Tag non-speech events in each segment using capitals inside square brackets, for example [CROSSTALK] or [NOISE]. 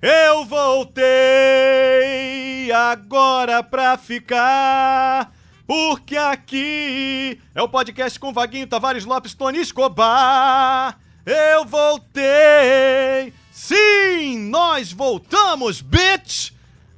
Eu voltei agora pra ficar. Porque aqui é o podcast com Vaguinho Tavares Lopes Tony Escobar. Eu voltei! Sim, nós voltamos, bitch!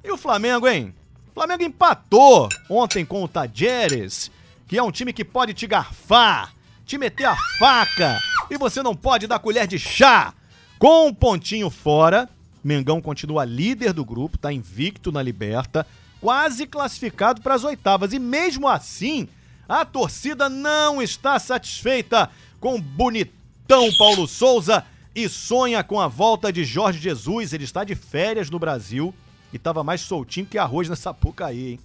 E o Flamengo, hein? O Flamengo empatou ontem com o Tajeres, que é um time que pode te garfar, te meter a faca e você não pode dar colher de chá. Com um pontinho fora, Mengão continua líder do grupo, tá invicto na Liberta, quase classificado para as oitavas. E mesmo assim, a torcida não está satisfeita com o bonitão Paulo Souza e sonha com a volta de Jorge Jesus. Ele está de férias no Brasil e estava mais soltinho que arroz na Sapucaí, hein?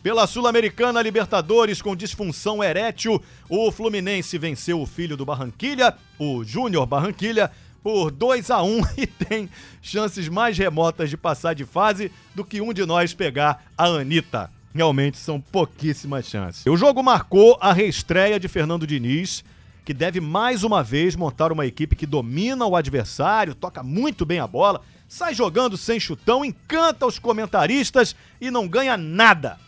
Pela Sul-Americana Libertadores com disfunção erétil, o Fluminense venceu o filho do Barranquilha, o Júnior Barranquilha, por 2 a 1 [LAUGHS] e tem chances mais remotas de passar de fase do que um de nós pegar a Anitta. Realmente são pouquíssimas chances. O jogo marcou a reestreia de Fernando Diniz, que deve mais uma vez montar uma equipe que domina o adversário, toca muito bem a bola, sai jogando sem chutão, encanta os comentaristas e não ganha nada.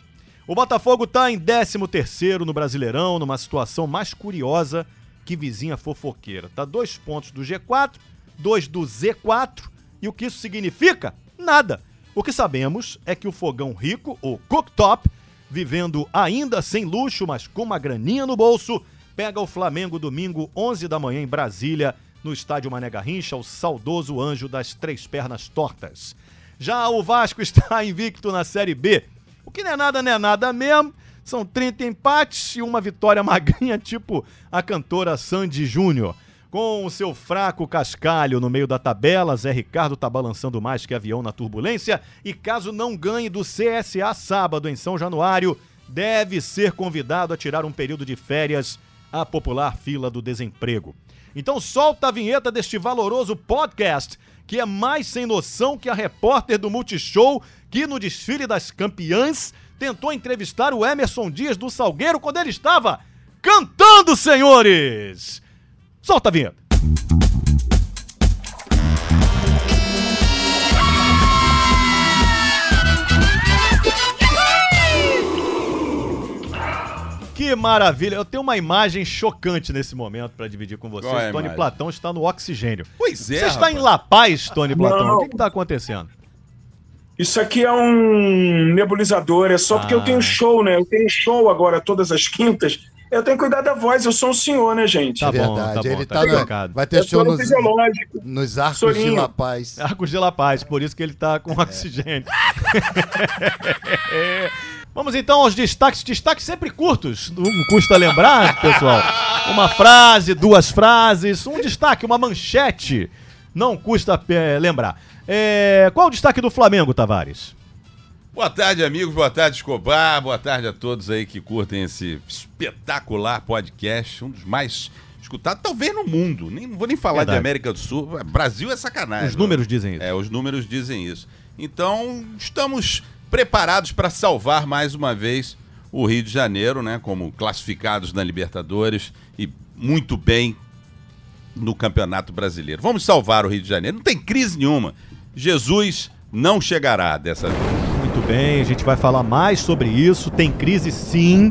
O Botafogo tá em 13º no Brasileirão, numa situação mais curiosa que vizinha fofoqueira. Tá dois pontos do G4, dois do Z4, e o que isso significa? Nada. O que sabemos é que o fogão rico, o cooktop, vivendo ainda sem luxo, mas com uma graninha no bolso, pega o Flamengo domingo, 11 da manhã em Brasília, no estádio Mané Garrincha, o saudoso anjo das três pernas tortas. Já o Vasco [LAUGHS] está invicto na Série B. O que não é nada, não é nada mesmo. São 30 empates e uma vitória [LAUGHS] magrinha, tipo a cantora Sandy Júnior. Com o seu fraco cascalho no meio da tabela, Zé Ricardo tá balançando mais que avião na turbulência. E caso não ganhe do CSA sábado em São Januário, deve ser convidado a tirar um período de férias à popular fila do desemprego. Então solta a vinheta deste valoroso podcast, que é mais sem noção que a repórter do Multishow, que no desfile das campeãs tentou entrevistar o Emerson Dias do Salgueiro quando ele estava cantando, senhores! Solta a vinheta! Que maravilha! Eu tenho uma imagem chocante nesse momento para dividir com vocês. Qual é a Tony imagem? Platão está no oxigênio. Pois é. Você está rapaz. em La Paz, Tony Platão? Não. O que está acontecendo? Isso aqui é um nebulizador, é só porque Ah. eu tenho show, né? Eu tenho show agora todas as quintas. Eu tenho que cuidar da voz, eu sou um senhor, né, gente? Tá É bom, verdade. tá bom, ele tá tá, na- equivocado. Vai eu ter show sou no nos, fisiológico. nos arcos Sorinho. de La Paz. Arcos É de La Paz, por isso que ele tá com oxigênio. [LAUGHS] Vamos então aos destaques. Destaques sempre curtos, não custa lembrar, pessoal. Uma frase, duas frases, um destaque, uma manchete. Não custa eh, lembrar. É, qual o destaque do Flamengo, Tavares? Boa tarde, amigos. Boa tarde, Escobar. Boa tarde a todos aí que curtem esse espetacular podcast, um dos mais escutados, talvez no mundo. Nem não vou nem falar Verdade. de América do Sul. Brasil é sacanagem. Os números dizem isso. É, os números dizem isso. Então, estamos preparados para salvar mais uma vez o Rio de Janeiro, né? Como classificados na Libertadores e muito bem no Campeonato Brasileiro. Vamos salvar o Rio de Janeiro. Não tem crise nenhuma. Jesus não chegará dessa vez. É, Muito bem, a gente vai falar mais sobre isso. Tem crise sim.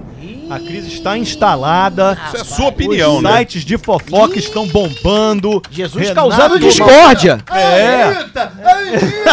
A crise está instalada. Isso é sua opinião, Os né? sites de fofoca estão bombando. Jesus Renato causando Gaúcho- discórdia. É. [LAUGHS]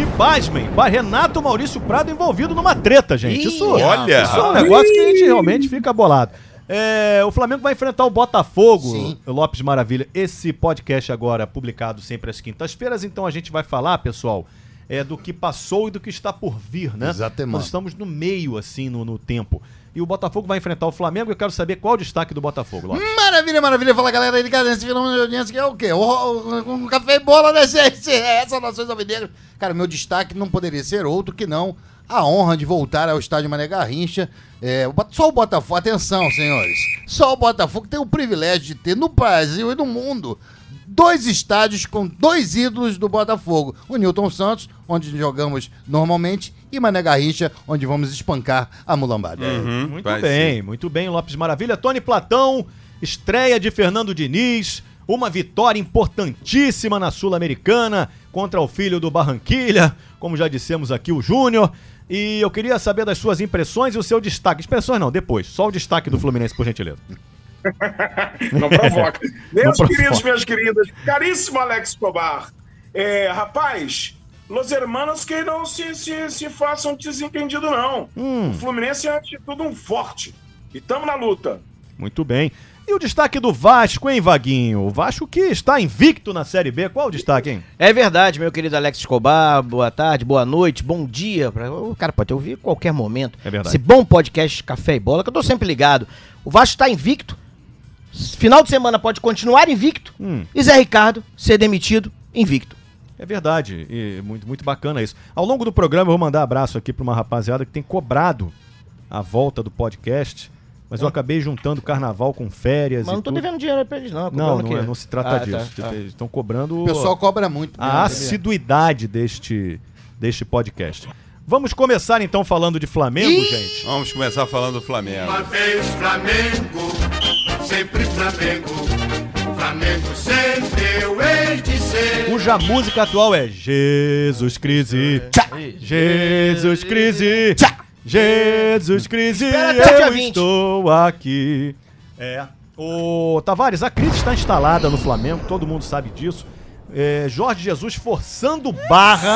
E pasmem, pa- Renato Maurício Prado envolvido numa treta, gente. Isso, Ih, Olha! isso é um negócio que a gente realmente fica bolado. É, o Flamengo vai enfrentar o Botafogo, Sim. Lopes Maravilha. Esse podcast agora é publicado sempre às quintas-feiras, então a gente vai falar, pessoal, é, do que passou e do que está por vir, né? Exatamente. Nós estamos no meio, assim, no, no tempo. E o Botafogo vai enfrentar o Flamengo. Eu quero saber qual o destaque do Botafogo, Lopes. Maravilha, maravilha. Fala, galera. Ele cara, esse fenômeno de audiência que é o quê? O, o- um café e bola, né, gente? [LAUGHS] É Essa nações alvinegras. Cara, meu destaque não poderia ser outro que não a honra de voltar ao estádio Mané Garrincha. É, o Bota- só o Botafogo, atenção, senhores. Só o Botafogo tem o privilégio de ter no Brasil e no mundo dois estádios com dois ídolos do Botafogo. O Newton Santos, onde jogamos normalmente, e Mané Garrincha, onde vamos espancar a mulambada. Uhum, Muito vai bem, sim. muito bem, Lopes Maravilha. Tony Platão, estreia de Fernando Diniz, uma vitória importantíssima na Sul-Americana, contra o filho do Barranquilha, como já dissemos aqui, o Júnior. E eu queria saber das suas impressões e o seu destaque. Expressões não, depois. Só o destaque do Fluminense, por gentileza. Não [LAUGHS] provoca. Meus provoca. queridos, minhas queridas, caríssimo Alex Cobar, é, rapaz, los hermanos que não se, se, se façam desentendido, não. Hum. O Fluminense é, antes de tudo, um forte. E estamos na luta. Muito bem. E o destaque do Vasco, hein, Vaguinho? O Vasco que está invicto na Série B. Qual o destaque, hein? É verdade, meu querido Alex Escobar. Boa tarde, boa noite, bom dia. pra- O cara pode ouvir a qualquer momento. É verdade. Esse bom podcast Café e Bola, que eu tô sempre ligado. O Vasco tá invicto. Final de semana pode continuar invicto. Hum. E Zé Ricardo ser demitido invicto. É verdade, e muito, muito bacana isso. Ao longo do programa eu vou mandar abraço aqui para uma rapaziada que tem cobrado a volta do podcast, mas eu acabei juntando carnaval com férias É. Mas e não tô tudo. devendo dinheiro pra eles, não. Não, cobrando não, é- aqui. não se trata Ah, disso. tipo, é- tá, tá. Eles estão cobrando O pessoal cobra muito. a né? assiduidade deste, deste podcast. Vamos começar então falando de Flamengo, Ih! gente. Vamos começar falando do Flamengo. Uma vez Flamengo, sempre Flamengo, Flamengo sempre eu hei de ser. Cuja música atual é Jesus Crise. Tchá! Jesus Crise. Tchá! Jesus Crise. Espera até o dia Eu 20. estou aqui. É. Ô, Tavares, a crise está instalada no Flamengo, todo mundo sabe disso. É, Jorge Jesus forçando barra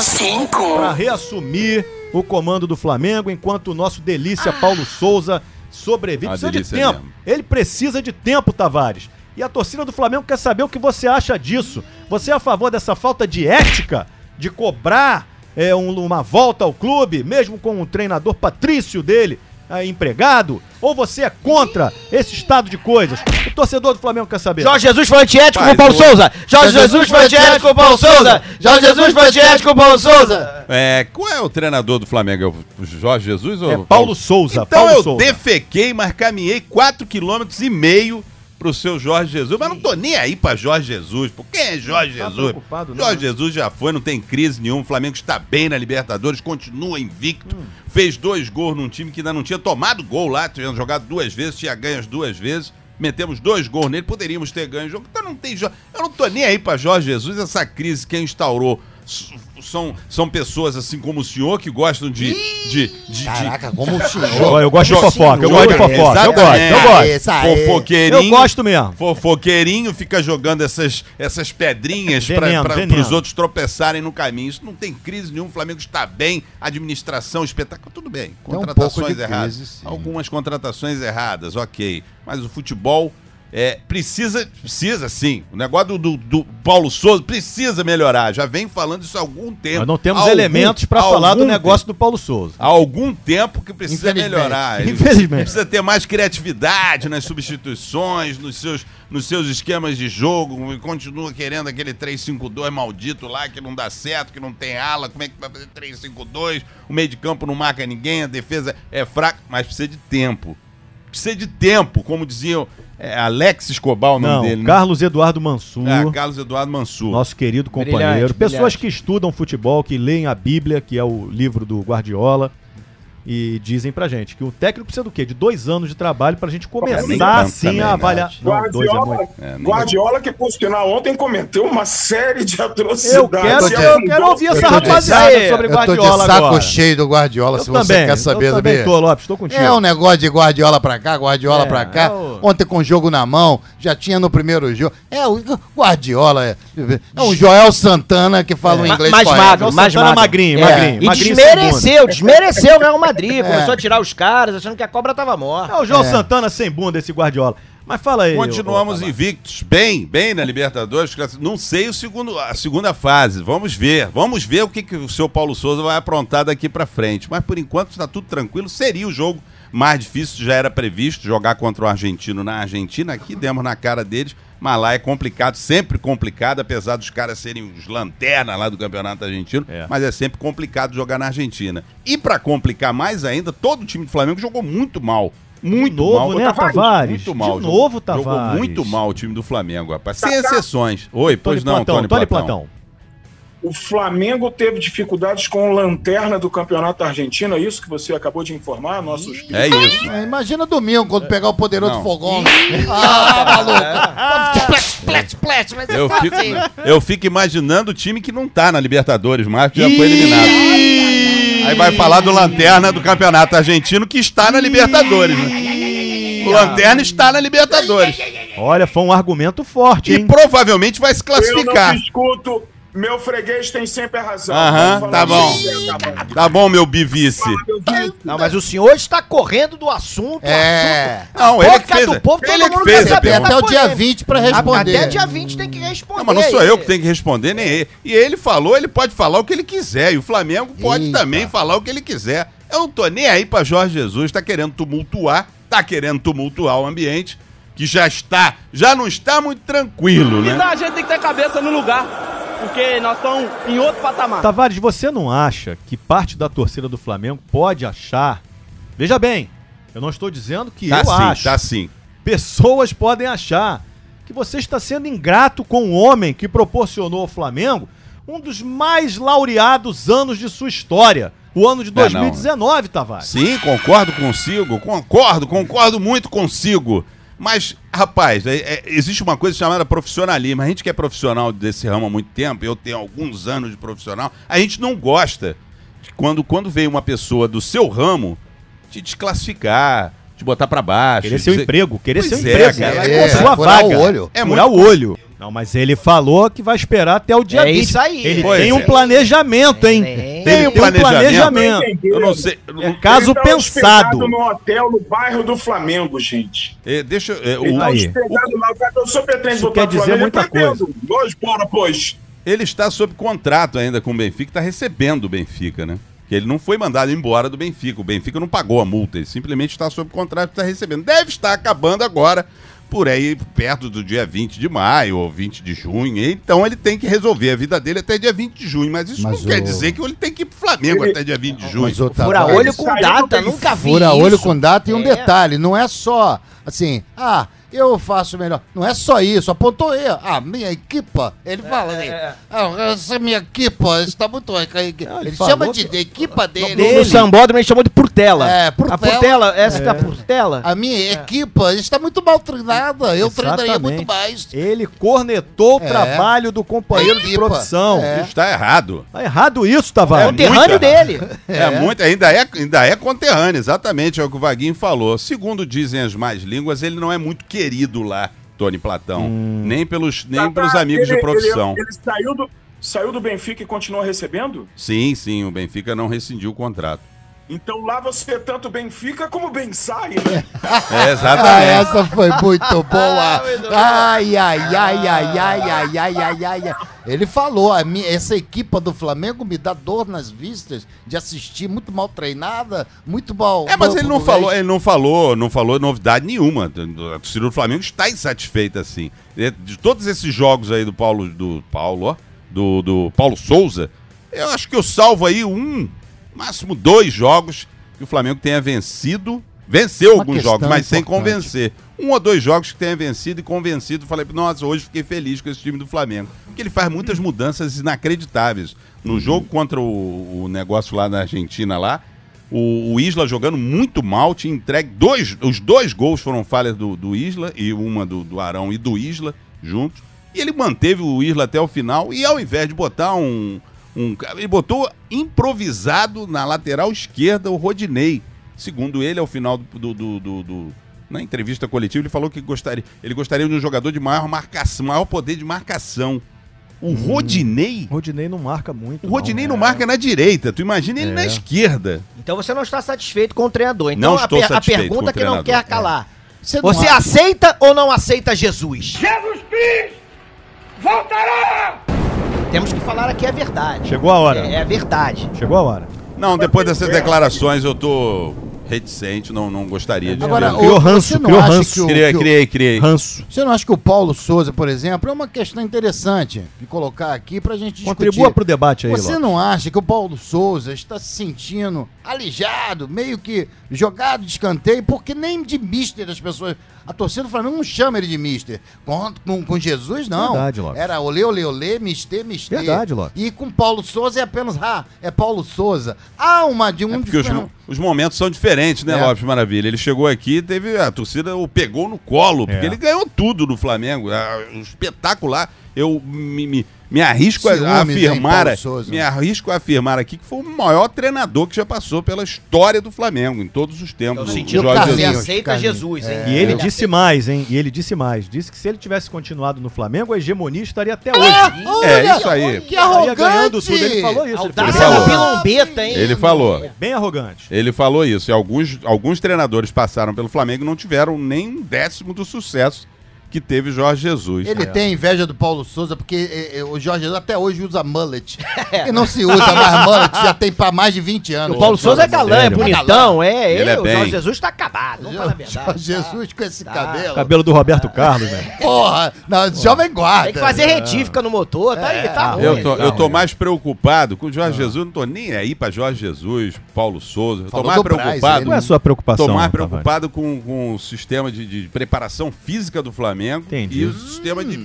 para reassumir o comando do Flamengo, enquanto o nosso delícia Paulo Souza sobrevive. Ah, precisa de delícia tempo. mesmo. Ele precisa de tempo, Tavares. E a torcida do Flamengo quer saber o que você acha disso. Você é a favor dessa falta de ética de cobrar é, um- uma volta ao clube, mesmo com o treinador Patrício dele é, empregado? Ou você é contra esse estado de coisas? O torcedor do Flamengo quer saber. Jorge Jesus foi antiético com Mas o Paulo o- Souza. Jorge Jesus foi antiético com o Paulo Souza. Jorge Jesus foi antiético com o Paulo Souza. É, qual é o treinador do Flamengo? É o Jorge Jesus ou é Paulo Souza. Então Paulo eu Souza. defequei, mas caminhei 4,5 km e meio pro seu Jorge Jesus. Mas não tô nem aí pra Jorge Jesus. Por quem é Jorge Não tá Jesus? preocupado, não, Jorge né? Jesus já foi, não tem crise nenhuma. O Flamengo está bem na Libertadores, continua invicto. Fez dois gols num time que ainda não tinha tomado gol lá, tinha jogado duas vezes, tinha ganho as duas vezes. Metemos dois gols nele, poderíamos ter ganho o jogo. Então não tem. jo- Eu não tô nem aí pra Jorge Jesus, essa crise que instaurou. S- São, são pessoas assim como o senhor que gostam de- de- de, de Caraca, como o Ó, senhor. Eu gosto de fofoca, eu gosto de Exatamente. fofoca. Eu gosto, eu gosto. Isso aí. Fofoqueirinho. Eu gosto mesmo. Fofoqueirinho fica jogando essas, essas pedrinhas Veneno, veneno. para os outros tropeçarem no caminho. Isso não tem crise nenhuma. O Flamengo está bem, administração, espetáculo, tudo bem. Tem um Contratações pouco de erradas. crise, sim. Algumas contratações erradas, ok. Mas o futebol é, precisa, precisa sim. O negócio do, do- do Paulo Souza precisa melhorar. Já vem falando isso há algum tempo. Nós não temos Há algum- elementos pra há falar do algum negócio do Paulo Souza. há algum tempo que precisa Infelizmente. melhorar. Ele Infelizmente. Precisa ter mais criatividade nas substituições, nos seus, nos seus esquemas de jogo. Continua querendo aquele 3-5-2 maldito lá que não dá certo, que não tem ala. Como é que vai fazer 3-5-2? O meio de campo não marca ninguém, a defesa é fraca, mas precisa de tempo. Precisa de tempo, como dizia é, Alex Escobar, o nome Não, dele. né? Carlos Eduardo Mansur. É, Carlos Eduardo Mansur. Nosso querido companheiro. Brilhante, Pessoas brilhante. que estudam futebol, que leem a Bíblia, que é o livro do Guardiola, e dizem pra gente que o técnico precisa do quê? De dois anos de trabalho pra gente nem começar tanto sim também, a né, avaliar. acho. Não, dois é Guardiola, muito. É, nem- Guardiola, que por sinal ontem cometeu uma série de atrocidades. Eu quero, E assim, eu aí, quero ouvir essa Eu tô de rapaziada saco- sobre Eu tô Guardiola de saco agora. cheio do Guardiola, Eu se você também, quer saber, eu também sabia? tô, Lopes, tô contigo. É um negócio de Guardiola pra cá, Guardiola É, pra cá. é o- Ontem com o jogo na mão, já tinha no primeiro jogo. É o Guardiola. É, é um Joel Santana que fala o É. É. Ma- inglês mais correto. magro, Joel mais Santana magro. magrinho, É. magrinho, E magrinho desmereceu, desmereceu o Real Madrid. É. Começou a tirar os caras, achando que a cobra tava morta. É o João É. Santana sem bunda, esse Guardiola. Mas fala aí. ô- ô, Continuamos Tavares. invictos, bem, bem na Libertadores. classe- Não sei o segundo, a segunda fase. Vamos ver, vamos ver o que, que o seu Paulo Souza vai aprontar daqui pra frente. Mas por enquanto está tudo tranquilo. Seria o jogo mais difícil, já era previsto jogar contra o argentino na Argentina. Aqui demos na cara deles. Mas lá é complicado, sempre complicado, apesar dos caras serem os lanternas lá do campeonato argentino. É. Mas é sempre complicado jogar na Argentina. E pra complicar mais ainda, todo o time do Flamengo jogou muito mal. Muito novo, mal. né, Tavares? Muito De mal. jogou- novo, Jogou Tavares. muito mal o time do Flamengo, rapaz. Sem exceções. Oi, Tony pois não, Platão, Tony, Platão. O Flamengo teve dificuldades com o lanterna do campeonato argentino, é isso que você acabou de informar, nossos. É isso. É, imagina domingo quando pegar o poderoso Não. fogão. Ah, maluco. Ah. Eu fico, eu fico imaginando o time que não tá na Libertadores, mas que já foi eliminado. Aí vai falar do Lanterna do Campeonato Argentino que está na Libertadores, né? O Lanterna está na Libertadores. Olha, foi um argumento forte, E hein? provavelmente vai se Eu não classificar. te escuto, meu freguês tem sempre a razão. Aham, Vamos tá falar bom. disso, tá bom. Tá bom, meu bivice. Não, mas o senhor está correndo do assunto. o É. Não, ele assunto. que fez. do povo, Ele todo que mundo fez quer a Tem saber. pergunta. até o dia polêmica. 20 pra A- responder. Até dia 20 tem que responder. Não, mas não sou aí. eu que tenho que responder, nem ele. E ele falou, ele pode falar o que ele quiser. E o Flamengo pode Eita. também falar o que ele quiser. Eu não tô nem aí pra Jorge Jesus, tá querendo tumultuar, tá querendo tumultuar o ambiente, que já está, já não está muito tranquilo, né? A gente tem que ter a cabeça no lugar, porque nós estamos em outro patamar. Tavares, você não acha que parte da torcida do Flamengo pode achar? Veja bem, eu não estou dizendo que Tá eu sim, acho. tá sim. Pessoas podem achar que você está sendo ingrato com o homem que proporcionou ao Flamengo um dos mais laureados anos de sua história, o ano de não, né? 2019, Tavares. Sim, concordo consigo, concordo, concordo muito consigo. Mas, rapaz, é- é- existe uma coisa chamada profissionalismo. A gente que é profissional desse ramo há muito tempo, eu tenho alguns anos de profissional, a gente não gosta de quando, quando vem uma pessoa do seu ramo te desclassificar, te botar pra baixo. Querer seu dizer- emprego, querer seu Pois é, emprego, cara, é, é, com sua furar vaga. o olho. É furar o olho. Não, mas ele falou que vai esperar até o dia É 20. isso aí. Ele Pois tem um é. planejamento, hein? Tem. Tem um planejamento. planejamento. Eu não sei. eu É não- caso Ele tá pensado. hospedado no hotel no bairro do Flamengo, gente. é, deixa eu- é, Ele o, tá aí. Hospedado lá, eu sou pertence Isso do Clube quer dizer Flamengo, muita eu pretendo. Dois bora, pois. Ele está sob contrato ainda com o Benfica, está recebendo o Benfica, né? Que ele não foi mandado embora do Benfica. O Benfica não pagou a multa, ele simplesmente está sob contrato, está recebendo. Deve estar acabando agora, por aí perto do dia 20 de maio ou 20 de junho. Então ele tem que resolver a vida dele até dia 20 de junho. Mas isso Mas não quer o- dizer que ele tem que ir pro Flamengo Ele- até dia 20 de junho. Mas o Fura Tavares- olho com Saiu data, do- nunca vi. Fura isso. olho com data e um É. detalhe, não é só assim, ah, eu faço melhor. Não é só isso, apontou eu. Ah, minha equipa, ele É, fala assim, ah, essa minha equipa está muito. Ele, Não, ele chama falou de, que- de equipa dele. No, no sambódromo ele chamou de Portela. É, Portela. É. A Portela, essa da Portela. A minha equipa está muito mal treinada, eu treinaria Exatamente. muito mais. Ele cornetou o É. trabalho do companheiro de Equipa. profissão. É. Está errado. Tá errado isso, É o Tavares. muito conterrâneo errado. dele. [LAUGHS] É, muito, ainda é, ainda é conterrâneo, exatamente, é o que o Vaguinho falou. Segundo dizem as mais línguas, ele não é muito querido lá, Tony Platão. Nem pelos, nem Tá, pelos tá, amigos ele- de profissão. Ele, ele saiu, do, saiu do Benfica e continuou recebendo? Sim, sim, o Benfica não rescindiu o [LAUGHS] contrato. Então lá você tanto Benfica como bem sai, né? É, Ah, Ah, exatamente. essa foi [LAUGHS] muito boa. Ai, ai, ai, ai, ai, ai, ai, ai, ai, ai. Ele falou, a minha, essa equipa do Flamengo me dá dor nas vistas de assistir, muito mal treinada, muito mal. É, mas ele não mal- falou, ele não falou, não falou novidade nenhuma. A torcida do Flamengo está insatisfeita assim. É, De todos esses jogos aí do Paulo do Paulo, ó, do, do Paulo Souza, eu acho que eu salvo aí um, máximo dois jogos que o Flamengo tenha vencido, venceu Uma alguns questão jogos, mas sem importante. convencer. Um ou dois jogos que tenha vencido e convencido, falei, nossa, hoje fiquei feliz com esse time do Flamengo. Porque ele faz muitas mudanças inacreditáveis. No Uhum. jogo contra o, o negócio lá na Argentina lá, o, o Isla jogando muito mal, tinha entregue dois. Os dois gols foram falhas do, do Isla, e uma do, do Arão e do Isla juntos. E ele manteve o Isla até o final. E ao invés de botar um. um ca- ele botou improvisado na lateral esquerda o Rodinei. Segundo ele, ao final do- do- do- do- do, na entrevista coletiva, ele falou que gostaria, ele gostaria de um jogador de maior marcação, maior poder de marcação. Hum. O Rodinei, O Rodinei não marca muito. o Rodinei não, é. né? marca na direita, tu imagina ele na esquerda. Então você não está satisfeito com o treinador. Então Não a, estou per- a satisfeito com pergunta o que não treinador. é. quer calar. Você não Você acha? aceita ou não aceita Jesus? Jesus Cristo voltará! Temos que falar aqui a verdade. Chegou a hora. É, é a verdade. Chegou a hora. Não, depois dessas declarações eu tô reticente, não, não gostaria de Agora, ver. o, Criou ranço, você não criou acha ranço. que o, criei, que o- criei, criei. Ranço. Você não acha que o Paulo Souza, por exemplo, é uma questão interessante de colocar aqui pra gente discutir? Contribua pro debate aí, Você Lopes. não acha que o Paulo Souza está se sentindo alijado, meio que jogado de escanteio, porque nem de mister as pessoas A torcida do Flamengo não chama ele de mister. Com, com, com Jesus, não. Verdade, Lopes. Era olê, olê, olê, mister, mister. Verdade, Lopes. E com Paulo Souza é apenas, ah, é Paulo Souza. Há uma de um... É Porque os, mo- os momentos são diferentes, né, É. Lopes Maravilha? Ele chegou aqui e teve. A torcida o pegou no colo, porque É. ele ganhou tudo do Flamengo. ah, um espetacular. Eu me, me, me arrisco a- a Ciúmes, hein, afirmar. Paulo Souza? Me arrisco a afirmar aqui que foi o maior treinador que já passou pela história do Flamengo, em todos os tempos. Eu O senti o assim, Jorge Carlinhos, Jesus. Carlinhos, aceita Carlinhos. É. Jesus, hein? é E ele disse mais, hein? E ele disse mais. Disse que se ele tivesse continuado no Flamengo, a hegemonia estaria Ah! até hoje. É isso aí. Que Estaria ganhando arrogante! tudo. Ele falou isso. Ele, Audácia falou. da pilombeta, hein? Ele falou. né? foi bem arrogante. Ele falou isso. E alguns, alguns treinadores passaram pelo Flamengo e não tiveram nem um décimo do sucesso que teve Jorge Jesus. Ele tem inveja do Paulo Souza, porque eh, eh, o Jorge Jesus até hoje usa mullet. E não se usa mais mullet, já tem pra mais de 20 anos. O Paulo Souza é galã, é sério, bonitão, é. Ele Ele, é o bem. Jorge Jesus tá acabado, vamos falar a verdade. tá? Jorge Jesus com esse cabelo. Cabelo do Roberto Carlos, né? Porra, não, jovem guarda. Tem que fazer retífica no motor, tá aí, tá tá ruim. É. Eu tô, eu tô mais preocupado com o Jorge Jesus, não tô nem aí pra Jorge Jesus, Paulo Souza. Eu tô Falou mais do Braz, preocupado. Qual é a sua preocupação? Tô mais Tavares? preocupado com, com o sistema de, de preparação física do Flamengo Entendi. Hum. e o sistema de.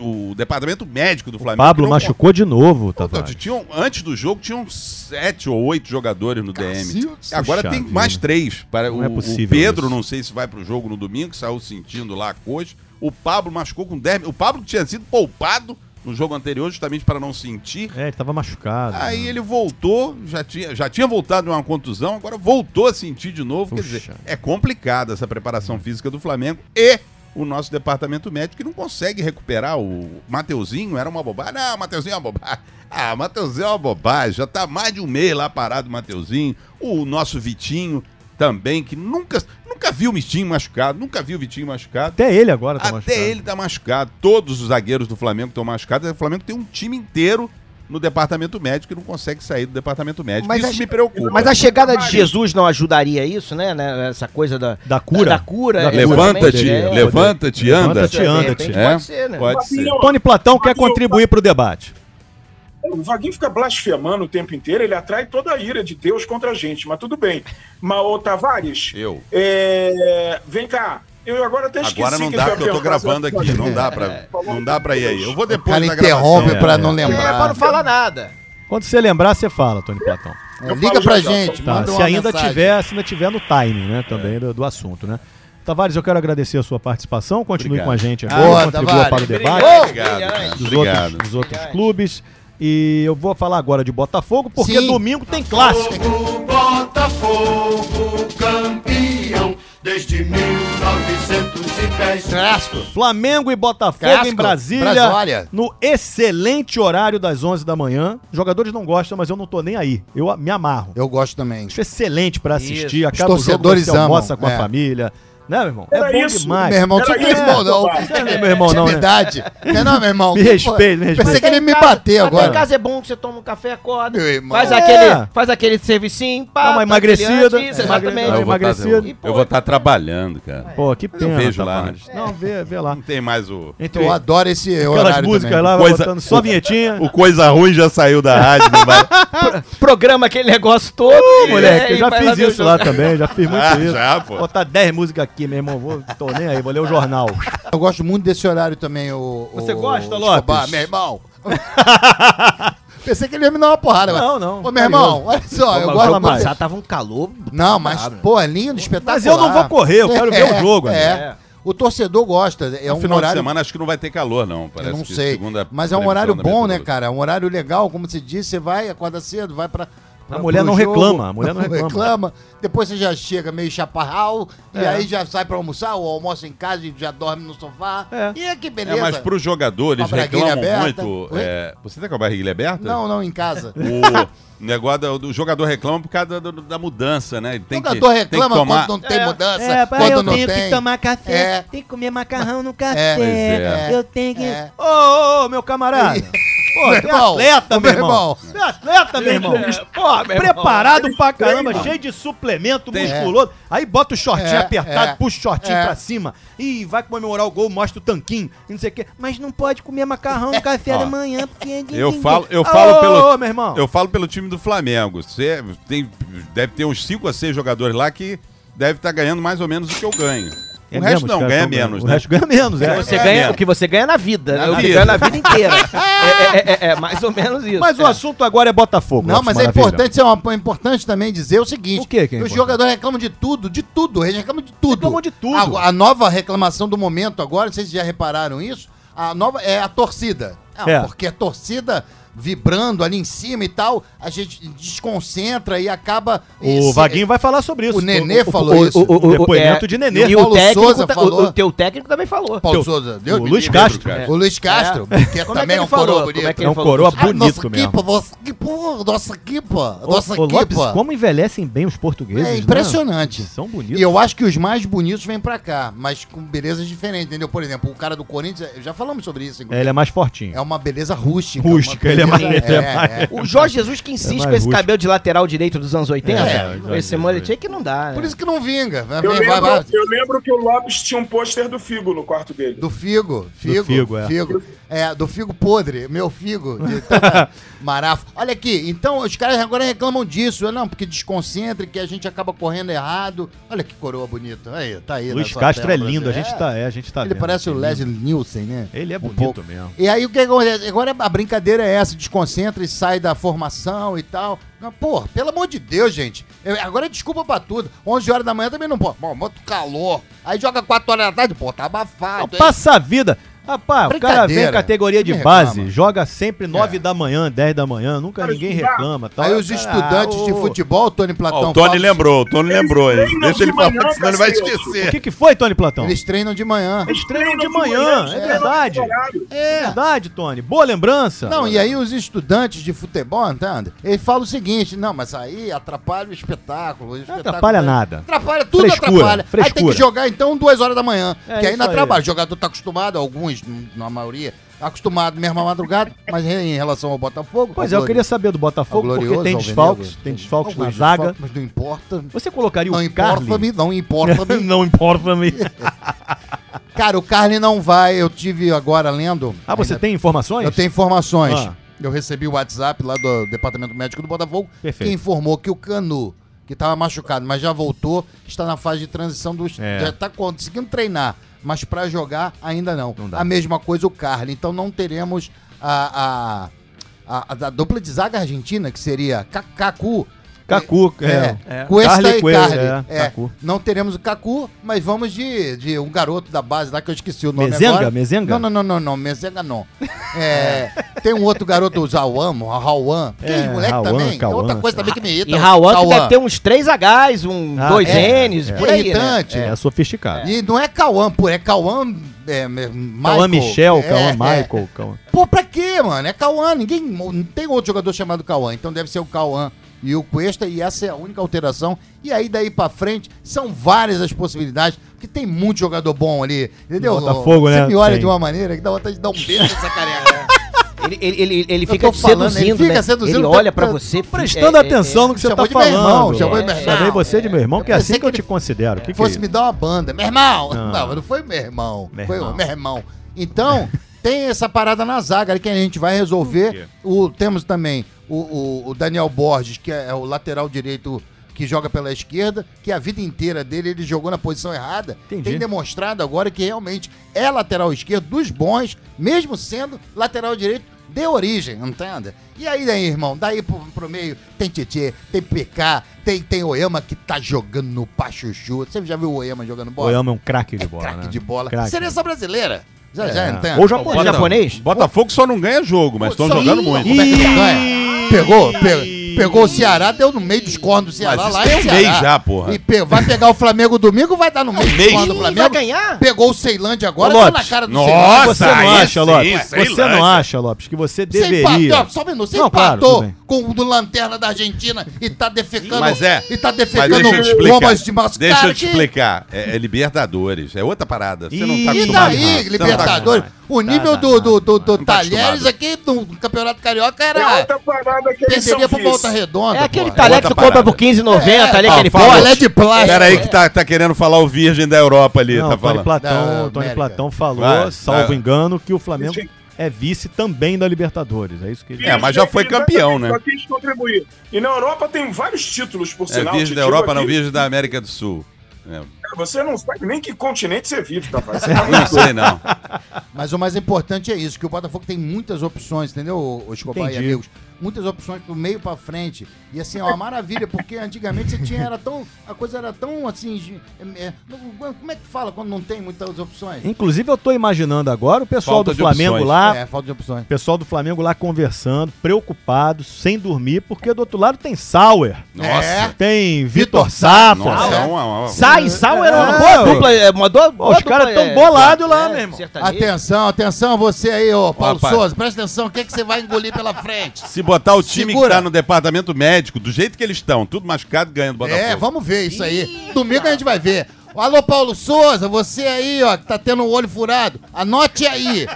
O, o departamento médico do Flamengo. Pablo que não- machucou de novo, Não, Tavares. tinham- antes do jogo tinham sete ou oito jogadores no DM. Agora Puxa tem vida. mais três. Para, Não o, é o possível Pedro, isso. não sei se vai pro jogo no domingo, que saiu sentindo lá a coxa. O Pablo machucou com 10. O Pablo que tinha sido poupado no jogo anterior, justamente para não sentir. É, ele tava machucado. Aí né? ele voltou, já tinha, já tinha voltado de uma contusão, agora voltou a sentir de novo. Quer Puxa. dizer, é complicada essa preparação física do Flamengo e o nosso departamento médico que não consegue recuperar o Mateuzinho, era uma bobagem. Ah, Mateuzinho é uma bobagem. Ah, Mateuzinho é uma bobagem. Já tá mais de um mês lá parado o Mateuzinho. O nosso Vitinho também, que nunca, nunca viu o Vitinho machucado, nunca viu o Vitinho machucado. Até ele agora tá Até machucado. ele tá machucado. Todos os zagueiros do Flamengo estão machucados. O Flamengo tem um time inteiro no departamento médico e não consegue sair do departamento médico. Mas Isso acho- me preocupa. Mas a chegada de Jesus não ajudaria isso, né? né? Essa coisa da, Da cura. Da, da cura. Da- exatamente, Levanta-te, é. levanta-te, né? anda. Levanta-te, anda, De repente tio. É, Pode ser, né? Pode ser. Tony Platão quer contribuir pro debate. O Vaguinho fica blasfemando o tempo inteiro, ele atrai toda a ira de Deus contra a gente, mas tudo bem. Mas, ô Tavares, Eu. é, vem cá, eu agora até esqueci Agora não que dá eu ia porque eu tô perguntar gravando sobre- É. aqui. Não dá pra, não dá pra ir aí. Eu vou né? É. O depois cara da interrompe gravação. pra É, é. não É, pra não lembrar. falar nada. Quando você lembrar, você fala, Tony Platão. Eu Liga falo pra já já. gente, Tá, manda se uma ainda mensagem. tiver, se ainda tiver no timing, né, também do, do assunto, né? Tavares, eu quero agradecer a sua participação, continue Obrigado. com a gente aqui, Boa, contribua Tavares. para o debate Obrigado. Obrigado. dos Obrigado. outros, dos outros Obrigado. clubes. E eu vou falar agora de Botafogo, porque Sim. domingo tem clássico. O Botafogo campeão desde 1910. Clássico. Flamengo e Botafogo Clássico. em Brasília, Brasólia. no excelente horário das 11 da manhã. Jogadores não gostam, mas eu não tô nem aí. Eu a- me amarro. Eu gosto também. Acho excelente pra assistir. Acaba Os o jogo, torcedores você almoça amam, com é. a família. Né, meu irmão? Era é bom isso, demais. Meu irmão, Era você não é isso, meu irmão, não. rapaz. Você não é meu irmão, não, né? Intimidade. Não é não, meu irmão. Me respeita, me Pensei respeita. que ele me Em casa- bateu Até em agora. casa é bom que você toma um café, acorda. Meu irmão. Faz, É. aquele, faz aquele servicinho, pá. Dá uma dá emagrecida. aquele antes, É. Exatamente. Dá Eu uma vou tá- emagrecida. Eu vou estar trabalhando, cara. Pô, que Mas eu pena. vejo lá, Tavares. Não, vê, vê lá. Não tem mais o. Entre Eu adoro esse aquelas horário músicas também. lá, vai Coisa- botando só vinhetinha. O coisa ruim já saiu da rádio. né? não vai- Programa aquele negócio todo. É, Ô, e- moleque, eu e já vai fiz ver o isso jogo. lá também, já fiz muito Ah, isso. já, pô. é Botar 10 músicas aqui, meu irmão. Vou, tô nem aí, vou ler o jornal. Eu gosto muito desse horário também, o. Você o- gosta, o Lopes? Escobar, [LAUGHS] meu irmão. Pensei que ele ia me dar uma porrada, mas- Não, não, Ô, meu irmão, olha só, eu gosto fala mais. muito. Já tava um calor. Não, mas, pô, é lindo, espetacular. Mas eu não vou correr, eu quero ver o jogo, É. amigo. O torcedor gosta. É No um final de horário. semana acho que não vai ter calor, não. Parece Eu não que sei. segundo a Mas é um previsão horário da bom, né, meteorologia. cara? É um horário legal, como se diz, você vai, acorda cedo, vai pra. pra- mulher pro não jogo, reclama, a mulher [LAUGHS] não reclama. Depois você já chega meio chaparral, e É. aí já sai pra almoçar, ou almoça em casa e já dorme no sofá. É. E que É, beleza. mas pro jogador, eles Com a braguilha reclamam aberta. muito. Oi? é, você tá com a barriga aberta? Não, não, em [LAUGHS] casa. O negócio do, do jogador reclama por causa do- do- da mudança, né? Ele tem o jogador que, reclama tem que tomar... quando não tem mudança, É, pai, quando eu não tenho tem. que tomar café, É. tem que comer macarrão no É, café. é. Eu tenho que. É. Ô, ô, ô, meu camarada. Pô, Meu tu é irmão, atleta, meu meu irmão. irmão. Tu é atleta, meu irmão. É. Pô, preparado pra caramba, cheio de suplemento musculoso. Aí bota o shortinho É, apertado, é, puxa o shortinho é. pra cima. E vai comemorar o gol, mostra o tanquinho, e não sei o quê. Mas não pode comer macarrão no café Ó, da manhã, porque é de Eu ninguém. falo, eu falo Ô, pelo. meu irmão. Eu falo pelo time do Flamengo. Você tá tem, deve ter uns 5 a 6 jogadores lá que deve estar ganhando mais ou menos o que eu ganho. É O resto É mesmo, não, os caras ganha tão ganhando. menos, O né? resto ganha menos, é. Você É, ganha, é. o que você ganha na vida. Na né? o que vida. ganha na vida inteira. é, é, é, é, é mais ou menos isso. Mas o É. assunto agora é Botafogo. Não, Lopes mas é Maravilha. importante, é, uma- é importante também dizer o seguinte: O quê que é os importante? jogadores reclamam de tudo, de tudo, eles reclamam de tudo. Reclamam de tudo. A, a nova reclamação do momento agora, vocês já repararam isso? A nova é a torcida. Ah, É. Porque a torcida vibrando ali em cima e tal, a gente desconcentra e acaba. O esse- Vaguinho vai falar sobre isso. O Nenê falou isso. Depoimento de Nenê. é. E o, Paulo técnico, Souza ta- o- falou. o teu técnico também falou. Paulo teu- Souza, Deus O me Luiz livre. É. Castro. Cara. O Luiz Castro, que Como é também que é um ele falou? coroa Como é bonito. que É um ele falou coroa disso? Ah, nossa bonito mesmo. equipa, nossa equipa, nossa equipa, Ô, nossa ô, Lopes, equipa. como envelhecem bem os portugueses, É né? impressionante. São E bonitos. eu acho que os mais bonitos vêm pra cá, mas com belezas diferentes, entendeu? Por exemplo, o cara do Corinthians, já falamos sobre isso, É, inclusive. ele é mais fortinho. É uma beleza rústica. Rústica, uma ele é beleza- mais- ele é mais- O Jorge Jesus que É insiste mais com esse rústico. cabelo de lateral direito dos anos 80. É, com esse mullet que não dá. né? Por isso que não vinga. Vai, Eu vai- vai- lembro, eu lembro que o Lopes tinha um pôster do Figo no quarto dele. Do figo, figo, figo, é. figo. É, do figo podre, meu figo, [LAUGHS] de tanta marafa. Olha aqui, então os caras agora reclamam disso, não, porque desconcentra, que a gente acaba correndo errado. Olha que coroa bonita, aí, tá aí. na Luiz sua Castro tela, é lindo, a Brasil. gente É. tá, é, a gente tá Ele vendo. parece o Ele- Leslie Nielsen, né? Ele é Um bonito pouco. mesmo. E aí o que acontece? Agora a brincadeira é essa, desconcentra e sai da formação e tal. Mas, Pô, pelo amor de Deus, gente. Eu- agora é desculpa pra tudo. 11 horas da manhã também não pode. Bom, muito calor. Aí joga 4 horas da tarde, pô, tá Ah, abafado. hein? Passa a vida. Rapaz, o cara vem Brincadeira. categoria de Ninguém base, reclama. É. joga sempre 9 da manhã, 10 da manhã, nunca ninguém reclama. Tal. Aí os Ah, estudantes de ô, futebol, Tony Platão. Ó, o Tony fala- lembrou, o Tony lembrou. hein? treinam Deixa de ele falar, manhã, senão ele vai cacete. O esquecer. que, que foi, Tony Platão? Eles, Eles treinam de manhã. treinam de treinam de manhã, manhã, é é. verdade. Horário. É verdade, Tony. Boa lembrança. Não, e aí os estudantes de futebol, entende? Ele fala o seguinte, não, mas aí atrapalha o espetáculo. o Não espetáculo- é- atrapalha nada. Atrapalha, tudo Frescura, atrapalha. Aí tem frescura. que jogar então duas horas da manhã. É que aí isso não aí. atrapalha. O jogador tá acostumado, alguns, n- na maioria, acostumado mesmo à madrugada, mas em relação ao Botafogo. Pois é, ao eu queria saber do ao Botafogo, porque Tá glorioso, tem ao desfalques, Venegro. tem desfalques na Alguns zaga. desfalques, Mas não importa. Você colocaria Não o Carly? importa-me, [LAUGHS] não importa-me. não [LAUGHS] importa-me. Cara, o Carly não vai. Eu tive agora lendo. Ah, você ainda- tem informações? Eu tenho informações. Ah. Eu recebi o WhatsApp lá do Departamento Médico do Botafogo, Perfeito. que informou que o Canu, que estava machucado, mas já voltou, está na fase de transição do. É. Já está conseguindo treinar, mas para jogar ainda não. Não dá. a mesma coisa o Carly. Então não teremos a. a, a, a da dupla de zaga argentina, que seria Ca- Cacu. Cacu, É, é. Cuesta Carly e Cuesta, Carly. é, É, Cacu. Não teremos o Cacu, mas vamos de, de um garoto da base lá que eu esqueci o nome Mezenga? agora. Mezenga? Não, não, não, não, não, Mezenga não. É, tem um outro garoto, o Zawam, o Rauan. Que É, moleque Rauan, também. Cauã, é outra coisa sei também que me irrita. E Raul que Cauã. deve ter uns 3Hs, um Ah, 2Ns, é, é. por aí, né? irritante. É, sofisticado. E não é Cauã, pô, é Cauã... É, Michael. Cauã Michel, Cauã É, é. Michael, Cauã. Pô, pra quê, mano? É Cauã, ninguém. Não tem outro jogador chamado Cauã, então deve ser o Cauã e o Cuesta, e essa é a única alteração. E aí daí pra frente, são várias as possibilidades, porque tem muito jogador bom ali, entendeu? No Botafogo, Você né? me olha Tem. de uma maneira que dá vontade de dar um beijo nessa careca. Ele, ele, ele, ele Eu fica tô te falando, seduzindo, ele fica né? seduzindo, ele tá- olha pra tá- você... Prestando é, é, atenção no que você Chamou tá de meu falando. irmão, chamou de meu irmão. Chamei você de meu irmão, que é Eu assim pensei que eu te que considero. Que que é Fosse isso? me dar uma banda. Meu irmão! Não. Não, mas não foi meu irmão. Meu foi irmão. o meu irmão. [LAUGHS] Então, tem essa parada na zaga ali que a gente vai resolver. O, temos também o, o- o Daniel Borges, que é o lateral direito que joga pela esquerda, que a vida inteira dele ele jogou na posição errada. Entendi. Tem demonstrado agora que realmente é lateral esquerdo dos bons, mesmo sendo lateral direito de origem, entende? E aí, daí, irmão, daí pro, pro meio tem Tietê, tem PK, tem, tem Oema que tá jogando no Pachuchu. Você já viu o Oema jogando O bola? Oyama é um craque de bola. Craque né? de bola. Craque. Seleção brasileira. Já, já, É. entende? Ou Bota- japonês. japonês? Botafogo só não ganha jogo, mas estão Só- jogando Ih, muito. como é que ganha? Pegou, pe- pegou o Ceará, deu no meio dos cornos do Ceará. Mas isso lá tem em um Ceará. mês já, porra. E pe- vai pegar o Flamengo domingo, vai dar no meio dos mês. cornos do Ih, Flamengo. vai ganhar? Pegou o Ceilândia agora, Ô, deu na Lopes, cara do nossa, Ceilândia. Você não Aí acha, sim, Lopes? sei Você lá, não cara. acha, Lopes, que você Você deveria. empatou, só um minuto, você Não, claro, empatou tudo bem. com o do Lanterna da Argentina e tá defecando. Mas é. E tá Mas defecando deixa eu te bombas de explicar. mascar. Deixa eu te que- explicar. É, é Libertadores. É outra parada. Você não Ih, tá E acostumado. daí, Você não tá Libertadores? acostumado. o nível Tá, do, tá, do, do, do Não tá Talheres acostumado. aqui no Campeonato Carioca É era. outra parada que eles são Perderia pro Volta vice. Redonda. É, É aquele porra. talher que tu Outra compra parada. por 15,90, talher que Ah, ele fala- põe. Olha é de plástico. Pera aí que tá, tá querendo falar o virgem da Europa ali. Não, tá Tony falando. Platão, Da Tony América. Platão falou, Vai, salvo vai. engano, que o Flamengo é vice também da Libertadores. É isso que ele É, mas já foi campeão, né? Só quis contribuir. E na Europa tem vários títulos, por É sinal. virgem te da digo Europa, aqui. não virgem da América do Sul. É, Você não sabe nem que continente você vive, rapaz. Você tá [LAUGHS] Não muito doido. sei, não. Mas o mais importante é isso, que o Botafogo tem muitas opções, entendeu, ô Escobar e Entendi. amigos? Muitas opções do meio pra frente. E assim, ó, uma maravilha, porque antigamente você tinha, era tão, a coisa era tão assim, gi- é, é, não- como é que fala quando não tem muitas opções? Inclusive, eu tô imaginando agora o pessoal Falta do de Flamengo opções. lá. É, falta de opções. O pessoal do Flamengo lá conversando, preocupado, sem dormir, porque do outro lado tem Sauer, Nossa. tem Vitor Vitor Safra. Nossa, é. é uma- uma- Sai, e Sal era uma É, boa ué. dupla. é, Uma boa, boa os dupla, caras tão é, bolados lá, é, meu irmão. sertanejo. Atenção, atenção, você aí, ô Paulo Rapaz. Souza, presta atenção, o que, é que você vai engolir pela frente? Se botar o time Segura. que tá no departamento médico, do jeito que eles estão, tudo machucado, ganha do Botafogo. É, vamos ver isso aí. Domingo a gente vai ver. Alô, Paulo Souza, você aí, ó, que tá tendo o olho furado, anote [LAUGHS] aí.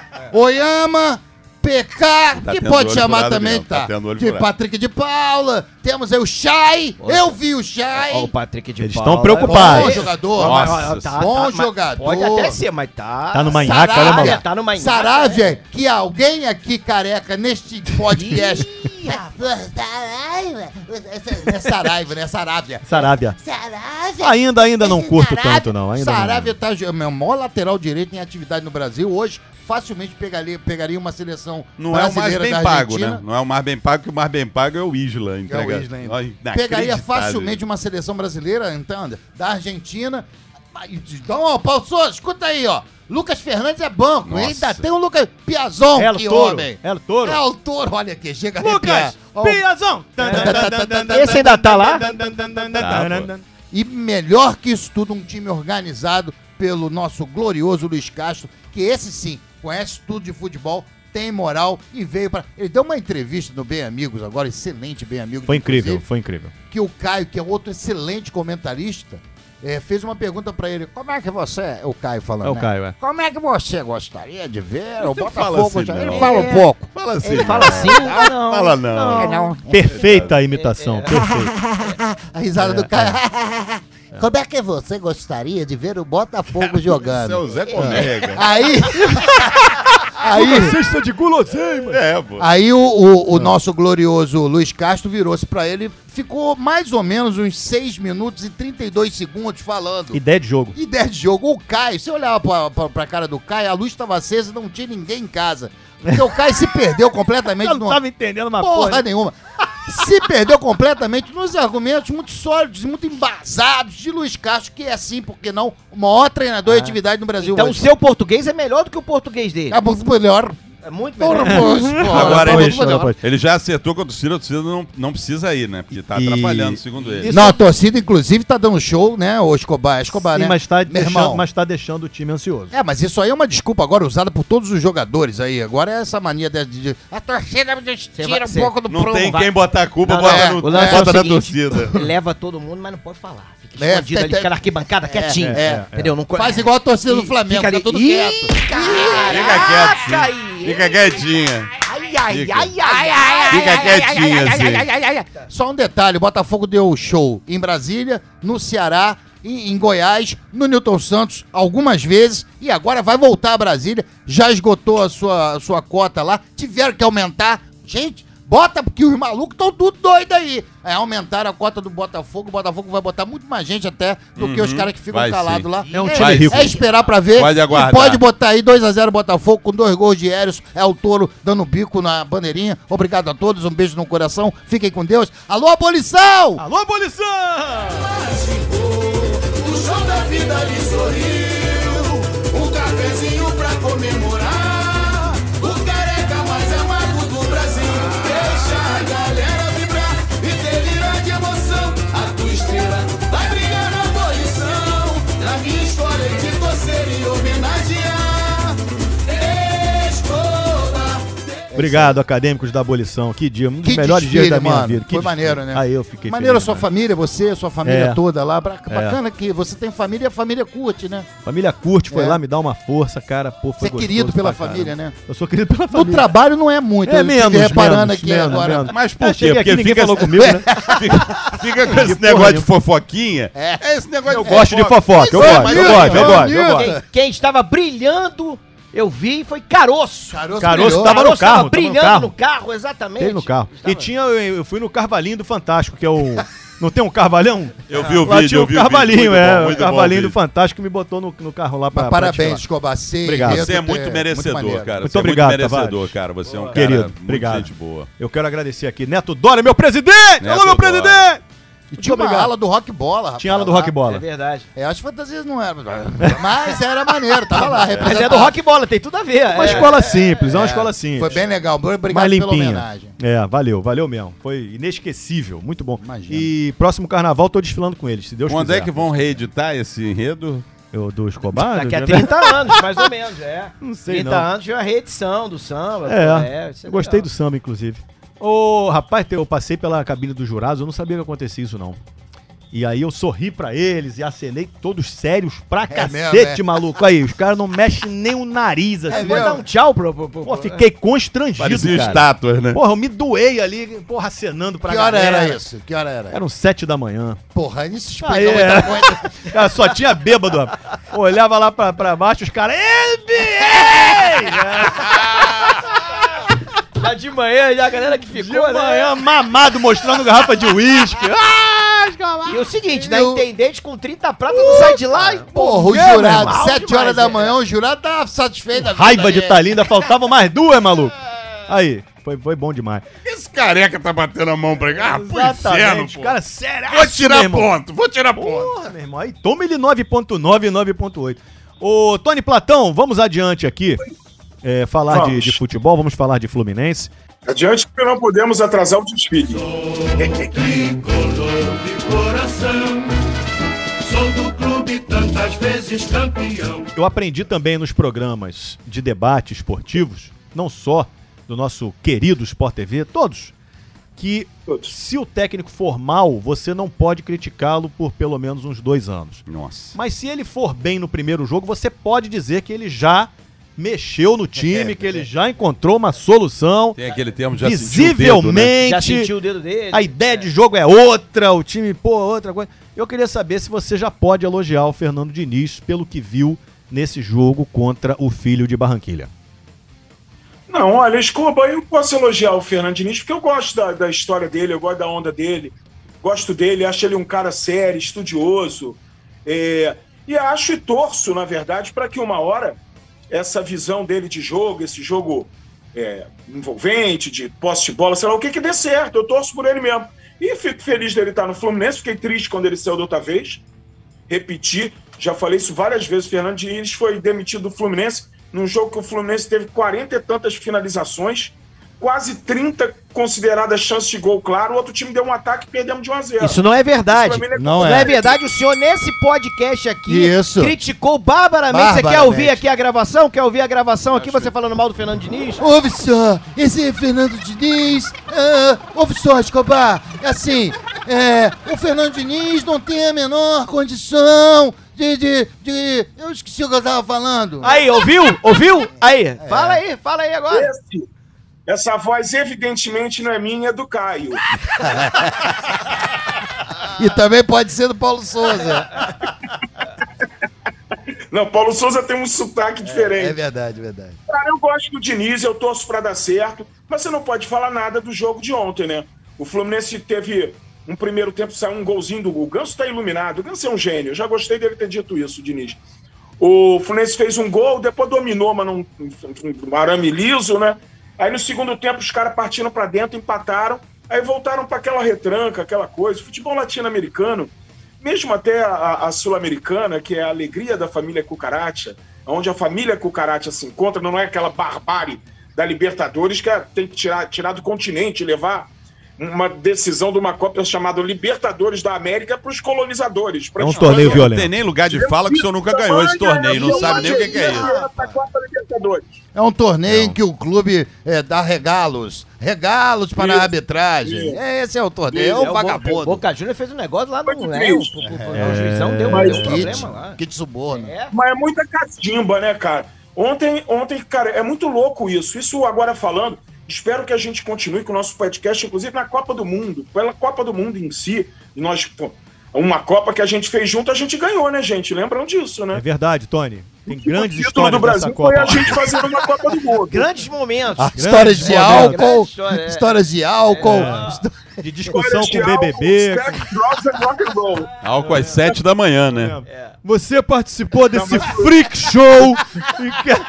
Oyama, PK, É. Tá que tendo pode olho chamar furado também, mesmo, tá tá? tendo olho de furado. Patrick de Paula, temos aí o Chai, eu vi o Chai. Ó, o Patrick de Eles Paula. é estão preocupados. Bom Pai. jogador, Nossa, rapaz, Tá, tá, bom mas jogador. Pode até ser, mas tá. Tá numa enhaca, olha, Saravia. maluco. Tá numa enhaca, Saravia, que alguém aqui careca neste podcast. Saraiva. [LAUGHS] É Saraiva, né? Sarávia. Sarábia. Sarávia. É. Ainda, ainda não Esse curto Saravia- tanto, não. Ainda Saravia tá jo- meu, o maior lateral direito em atividade no Brasil. Hoje, facilmente pegaria, pegaria uma seleção Não é o mais brasileira bem da pago, Argentina. né? Não é o mais bem pago, que o mais bem pago é o Isla. Entrega. É o Isla ainda. Olha, inacreditável. Pegaria facilmente um uma seleção brasileira, entende? Da Argentina. Então, ó, Paulo Souza, escuta aí, ó. Lucas Fernandes é banco. Nossa. Ainda tem o Lucas Piazon, É o que touro. um homem. É o touro. É o touro, olha aqui, chega a arrepiar. Lucas Ó, tá, Piazão! Esse ainda tá lá? Tá, pô. E melhor que isso tudo, um time organizado pelo nosso glorioso Luiz Castro, que esse sim conhece tudo de futebol, tem moral e veio pra. Ele deu uma entrevista no Bem Amigos agora, excelente Bem Amigos. Foi incrível, inclusive. foi incrível. que o Caio, que é outro excelente comentarista, eh, fez uma pergunta pra ele. Como é que você, é o Caio falando, É o né? Caio, é. Como é que você gostaria de ver fala o Botafogo? assim, né? jogar? não. ele fala um pouco. Fala assim. Ele fala assim, não. Fala É, não. Não. Perfeita É, a imitação, perfeita. A É, risada do Caio. [LAUGHS] Como é que você gostaria de ver o [LAUGHS] Botafogo Isso é o jogando? Zé Comega. Aí, [LAUGHS] [LAUGHS] aí, Cesta de [LAUGHS] guloseima! É, pô. aí o, o- o Ah. nosso glorioso Luiz Castro virou-se pra ele, ficou mais ou menos uns 6 minutos e 32 segundos falando. Ideia de jogo. Ideia de jogo, o Caio, se eu olhava pra, pra, pra cara do Caio, a luz tava acesa e não tinha ninguém em casa. Porque o Caio se perdeu completamente. Eu não numa tava entendendo uma porra, porra. nenhuma. Se perdeu completamente nos argumentos muito sólidos, muito embasados de Luiz Castro, que é assim, porque não, o maior treinador Ah. de atividade no Brasil Então o hoje. seu português é melhor do que o português dele. Acabou que foi melhor. É muito Tá. Porra, melhor. pô, pô, Agora acabou ele, que foi melhor. ele já acertou com a torcida, a torcida não, não precisa ir, né? Porque tá E- atrapalhando, segundo ele. Não, a torcida, inclusive, tá dando show, né, o Escobar? É Escobar, Sim, né? mas tá, Meu deixando, irmão. mas tá deixando o time ansioso. É, mas isso aí é uma desculpa agora usada por todos os jogadores aí. Agora é essa mania de. de- a torcida me Você vai- tira um você- pouco do Não prumo. tem vai. quem botar a culpa, Não, bota, não, é. no- O lance é bota o na seguinte, torcida. Leva todo mundo, mas não pode falar. Fica É, escondido fica- ali, fica na arquibancada quietinho. é, entendeu? Não co- Faz igual a torcida do Flamengo, fica fica, ali. tudo Ih, quieto. Fica quietinha. aí. Fica quietinha. Ai, ai, Fica. ai, ai, ai, ai. Fica quietinha, assim. Só um detalhe: o Botafogo deu show em Brasília, no Ceará, em, em Goiás, no Newton Santos, algumas vezes, e agora vai voltar a Brasília. Já esgotou a sua, a sua cota lá, tiveram que aumentar. Gente, bota, porque os malucos estão tudo doido aí. É, aumentaram a cota do Botafogo, o Botafogo vai botar muito mais gente até do que os caras que ficam vai calados sim. lá. Uhum. É um é, time rico. É esperar pra ver. Pode aguardar. E pode botar aí 2x0 Botafogo com dois gols de Eros. É o Toro dando bico na bandeirinha. Obrigado a todos, um beijo no coração. Fiquem com Deus. Alô, abolição! Alô, abolição! O show da vida lhe sorriu, um cafezinho pra comemorar. O careca mais amargo do Brasil. Deixa a galera vibrar e delirar de emoção. A tua estrela vai brilhar na abolição. Na minha história é de torcer e homenagear. Escobar. Obrigado, acadêmicos da abolição. Que dia, um dos Que melhores desfile, dias da minha mano. vida. Que Foi desfile. maneiro, né? Aí eu fiquei Maneiro a feliz, sua né? família, você, a sua família É. toda lá. Bra- Bacana que você tem família e a família curte, né? Família curte, foi É. lá me dar uma força, cara. Pô, Você foi é querido gostoso pela pra caramba. família, né? Eu sou querido pela No família. trabalho não é muito. É eu menos, fiquei reparando menos, aqui menos, agora. menos. Mas Eu por quê? cheguei aqui, Porque ninguém fica, falou comigo, [LAUGHS] né? fica, fica com esse porra negócio nenhuma. de fofoquinha. É esse negócio Eu gosto de fofoca, eu Isso é gosto, eu bonito, gosto, eu é gosto, eu bonito. gosto. Quem, quem estava brilhando, eu vi, foi Caroço. Caroço Caroço, tá- brilhou. tava- no carro, tava no brilhando carro. no carro, exatamente. Teve no carro. Estava- E tinha, eu eu fui no Carvalhinho do Fantástico, que é o Não tem um carvalhão? Eu vi o Lá vídeo, tinha eu Ah, o vi carvalhinho, o vídeo. muito bom, é. muito o bom carvalhinho do vídeo. Fantástico me botou no, no carro lá pra. Mas praticar. parabéns, Escobar. Você Obrigado. Você é muito merecedor, cara. Muito Você obrigado, é muito merecedor, Tavares. cara. Você é um cara Querido, muito obrigado. gente boa. Eu quero agradecer aqui. Neto Dória, meu presidente! Neto Alô, meu Dória. presidente! E tinha uma obrigado. ala do rock bola, rapaz. Tinha ala do lá. rock bola. verdade. É, as fantasias não eram. Mas era maneiro, tava lá. Mas [LAUGHS] é do rock e bola, tem tudo a ver. Uma é. escola simples, é uma escola simples. Foi bem legal. mais Obrigado pela limpinha. homenagem. É, valeu, valeu mesmo. Foi inesquecível, muito bom. Imagina. E próximo carnaval tô desfilando com eles, se Deus Quando quiser. é que vão reeditar esse enredo? Eu do Escobar? Daqui a do- 30 [LAUGHS] anos, mais ou menos, é. Não sei, 30 não. anos de uma reedição do samba. pô, É, isso eu gostei do legal. samba, inclusive. Ô, rapaz, eu passei pela cabine dos jurados, eu não sabia que acontecia isso, não. E aí eu sorri pra eles e acelei todos sérios pra cacete, mesmo, é. maluco. Aí, os caras não mexem nem o nariz, assim. Pode dar um tchau pro... pro, pro Pô, é. fiquei constrangido, Parecia cara. estátuas, né? Porra, eu me doei ali, porra, acenando pra Que hora galera. era isso? Que hora É. era? Eram sete da manhã. Porra, isso explica Ah, Aí, muita é. [LAUGHS] coisa. Cara, só tinha bêbado. rapaz. Olhava lá pra, pra baixo, os caras... [LAUGHS] NBA! Já de manhã, já a galera que ficou, né? De manhã, mamado, mostrando garrafa de uísque. Ah, escalado. E o seguinte, né? Eu- Intendente com 30 pratas não sai de lá. e- Porra, o Porra, jurado, mal sete demais, horas da é. tá- manhã, o jurado tá satisfeito. da vida Raiva de dele. Talinda, faltavam mais duas, maluco. Aí, foi, foi bom demais. Esse careca tá batendo a mão pra cá. Ah, pro inferno, Exatamente, pô. cara, sério. É Vou tirar irmão. ponto, vou tirar ponto. Porra, meu irmão. Aí toma ele 9.9 e 9.8. Ô, Tony Platão, vamos adiante aqui. É, falar de, Vamos. de futebol, vamos falar de Fluminense. Adiante que não podemos atrasar o desfile. Tricolor de coração, sou do clube tantas vezes campeão. Eu aprendi também nos programas de debate esportivos, não só do nosso querido Sport TV, todos, que Todos. se o técnico for mal, você não pode criticá-lo por pelo menos uns dois anos. Nossa. Mas se ele for bem no primeiro jogo, você pode dizer que ele já mexeu no time, que ele já encontrou uma solução. Tem aquele termo um de né? Visivelmente, Já sentiu o dedo dele. a ideia de jogo é outra, o time, pô, outra coisa. Eu queria saber se você já pode elogiar o Fernando Diniz pelo que viu nesse jogo contra o filho de Barranquilha. Não, olha, desculpa, eu posso elogiar o Fernando Diniz, porque eu gosto da, da história dele, eu gosto da onda dele, gosto dele, acho ele um cara sério, estudioso. é, e acho e torço, na verdade, para que uma hora essa visão dele de jogo, esse jogo é, envolvente, de posse de bola, sei lá o que, que dê certo. Eu torço por ele mesmo. E fico feliz dele estar no Fluminense, fiquei triste quando ele saiu da outra vez. Repetir, já falei isso várias vezes, o Fernando Diniz foi demitido do Fluminense num jogo que o Fluminense teve 40 e tantas finalizações, quase 30 consideradas chances de gol claro, o outro time deu um ataque e perdemos de 1 a 0. Isso não é verdade. Isso pra mim Não, Não é é. verdade. O senhor, nesse podcast aqui, Isso. criticou barbaramente. Você quer Barbaramente. ouvir aqui a gravação? Quer ouvir a gravação aqui, você falando mal do Fernando Diniz? Ouve só, esse é Fernando Diniz. ah, ouve só, Escobar. É Assim, é, o Fernando Diniz não tem a menor condição de. de, de- eu esqueci o que eu tava falando. Aí, ouviu? Ouviu? Aí, fala aí, fala aí agora. Esse- essa voz evidentemente não é minha, é do Caio. E também pode ser do Paulo Souza. Não, Paulo Souza tem um sotaque diferente. É verdade, é verdade. Cara, eu gosto do Diniz, eu torço pra dar certo, mas você não pode falar nada do jogo de ontem, né? O Fluminense teve um primeiro tempo, saiu um golzinho do gol. O Ganso tá iluminado, o Ganso é um gênio, eu já gostei dele ter dito isso, Diniz. O Fluminense fez um gol, depois dominou, mas não um arame liso, né? Aí no segundo tempo os caras partiram pra dentro, empataram, aí voltaram pra aquela retranca, aquela coisa. O futebol latino-americano, mesmo até a, a sul-americana, que é a alegria da família Cucaracha, onde a família Cucaracha se encontra, não é aquela barbárie da Libertadores que é- tem que tirar, tirar do continente, levar uma decisão de uma Copa chamada Libertadores da América para os colonizadores. pra É um Espanha. torneio Não violento. tem nem lugar de fala que o senhor nunca ganhou esse torneio. Não sabe nem o que que é isso. Essa Copa tá Libertadores. É um torneio em que o clube é, dá regalos. Regalos para a arbitragem. É, esse é o torneio. É, É, um o Boca, vagabundo. Boca Júnior fez um negócio lá no. Foi É, o, triste. o, o, o juizão deu, Mas deu um kit, problema lá. kit suborno. É. Mas é muita catimba, né, cara? Ontem, ontem, cara, é muito louco isso. Isso agora falando, espero que a gente continue com o nosso podcast, inclusive na Copa do Mundo. Pela Copa do Mundo em si, nós, pô, uma Copa que a gente fez junto, a gente ganhou, né, gente? Lembram disso, É né? verdade, Tony. Tem É grandes o título do histórias dessa Brasil foi assim, a Copa. gente fazendo uma Copa do Mundo. Grandes momentos. Histórias Grandes de momentos. álcool. Grande história, é. Histórias de álcool. Histó- de discussão com o BBB. Sex, drugs and rock and roll. Álcool às sete da manhã, né? com- Você participou desse freak show. E que-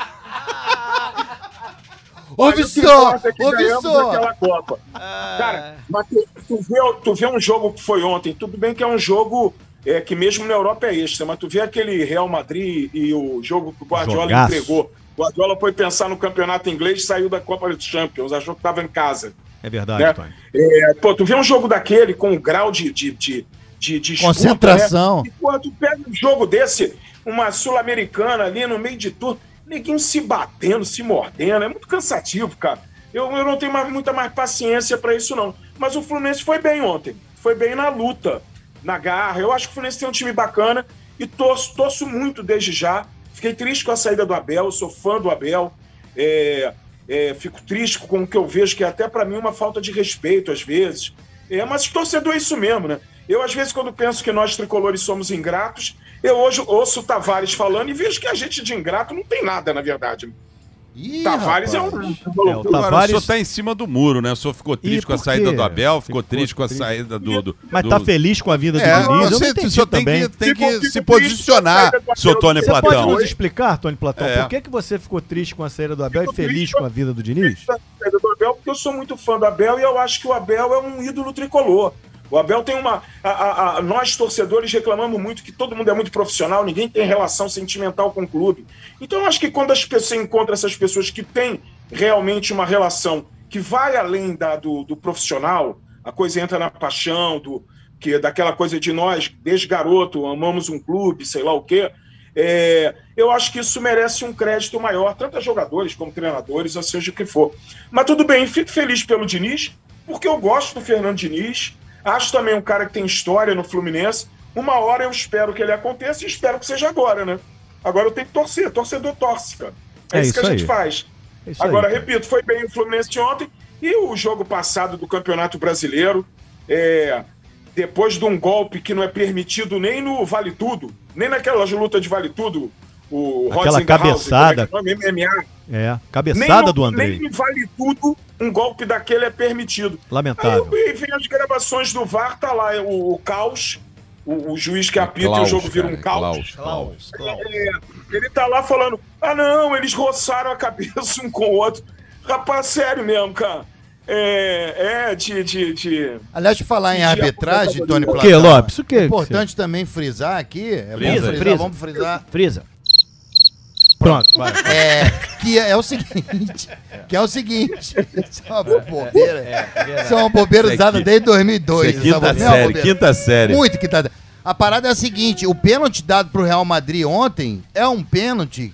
Ouve Mas o que só, importa é que ouve ganhamos só. aquela Copa. É. Cara, mas tu, tu vê, tu vê um jogo que foi ontem, tudo bem que é um jogo é, que mesmo na Europa é extra, mas tu vê aquele Real Madrid e o jogo que o Guardiola Jogaço. entregou. O Guardiola foi pensar no campeonato inglês e saiu da Copa dos Champions, achou que estava em casa. É verdade, né? Tony. É, pô, tu vê um jogo daquele com um grau de, de, de, de, de disputa, Concentração. né? E, pô, tu pega um jogo desse, uma sul-americana ali no meio de tudo, neguinho se batendo, se mordendo, é muito cansativo, cara. Eu, eu não tenho mais, muita mais paciência pra isso, não. Mas o Fluminense foi bem ontem. Foi bem na luta, na garra. Eu acho que o Fluminense tem um time bacana e torço, torço muito desde já. Fiquei triste com a saída do Abel, eu sou fã do Abel. É, é, fico triste com o que eu vejo, que é até pra mim uma falta de respeito às vezes. É, mas torcedor é isso mesmo, né? Eu, às vezes, quando penso que nós tricolores somos ingratos, eu hoje ouço o Tavares falando e vejo que a gente de ingrato não tem nada, na verdade. Ih, Tavares é rapaz. um. É, o Tavares- Agora, o senhor tá em cima do muro, né? O senhor ficou triste E com a por saída quê? do Abel, ficou, Ficou triste com a triste. saída do... do Mas do- tá feliz com a vinda do É, Diniz? Eu não você, entendi o senhor tem também. que, tem que Fico- se fico triste posicionar, com a saída do seu Abel. Tony Você Você Platão. pode nos explicar, Tony Platão, É. por que, que você ficou triste com a saída do Abel e Fico feliz triste com a vinda do Diniz? saída Tá, é, do Abel, porque eu sou muito fã do Abel e eu acho que o Abel é um ídolo tricolor. O Abel tem uma. a- a- a- nós, torcedores, reclamamos muito que todo mundo é muito profissional, ninguém tem relação sentimental com o clube. Então, eu acho que quando as pessoas- você encontra essas pessoas que têm realmente uma relação que vai além da, do, do profissional, a coisa entra na paixão, do que daquela coisa de nós, desde garoto, amamos um clube, sei lá o quê. É, eu acho que isso merece um crédito maior, tanto a jogadores como treinadores, ou seja o que for. Mas tudo bem, fico feliz pelo Diniz, porque eu gosto do Fernando Diniz, acho também um cara que tem história no Fluminense. Uma hora eu espero que ele aconteça e espero que seja agora, né? Agora eu tenho que torcer, torcedor torce, cara. É, É isso, que isso a gente aí. faz. É isso aí, Agora, cara. repito, foi bem o Fluminense de ontem e o jogo passado do Campeonato Brasileiro. é, depois de um golpe que não é permitido nem no Vale Tudo, nem naquela luta de Vale Tudo, o Aquela Rosenhausen, como cabeçada. É que é o nome? MMA. É, Nem cabeçada no- do Andrei. Nem no Vale Tudo, um golpe daquele é permitido. Aí eu Lamentável. vi vi as gravações do VAR, tá lá o, o caos, o, o juiz É que apita e o jogo vira um caos. Klaus, Klaus. Ele tá lá falando: ah, não, eles roçaram a cabeça um com o outro. Rapaz, sério mesmo, cara. É, é de, de, de. Aliás, de falar em arbitragem, Tony O Platão. que, Lopes? O que? É que você- importante também frisar aqui. É bom Frisa, frisar, frisa. vamos frisar. Frisa. Pronto, vai. É, [LAUGHS] que é o seguinte. Que é o seguinte. Isso é uma bobeira. Isso é uma bobeira Isso é usada qui- desde 2002. Isso é essa quinta bobeira. É uma série, bobeira. quinta série. Muito que tá. A parada é a seguinte: o pênalti dado pro Real Madrid ontem é um pênalti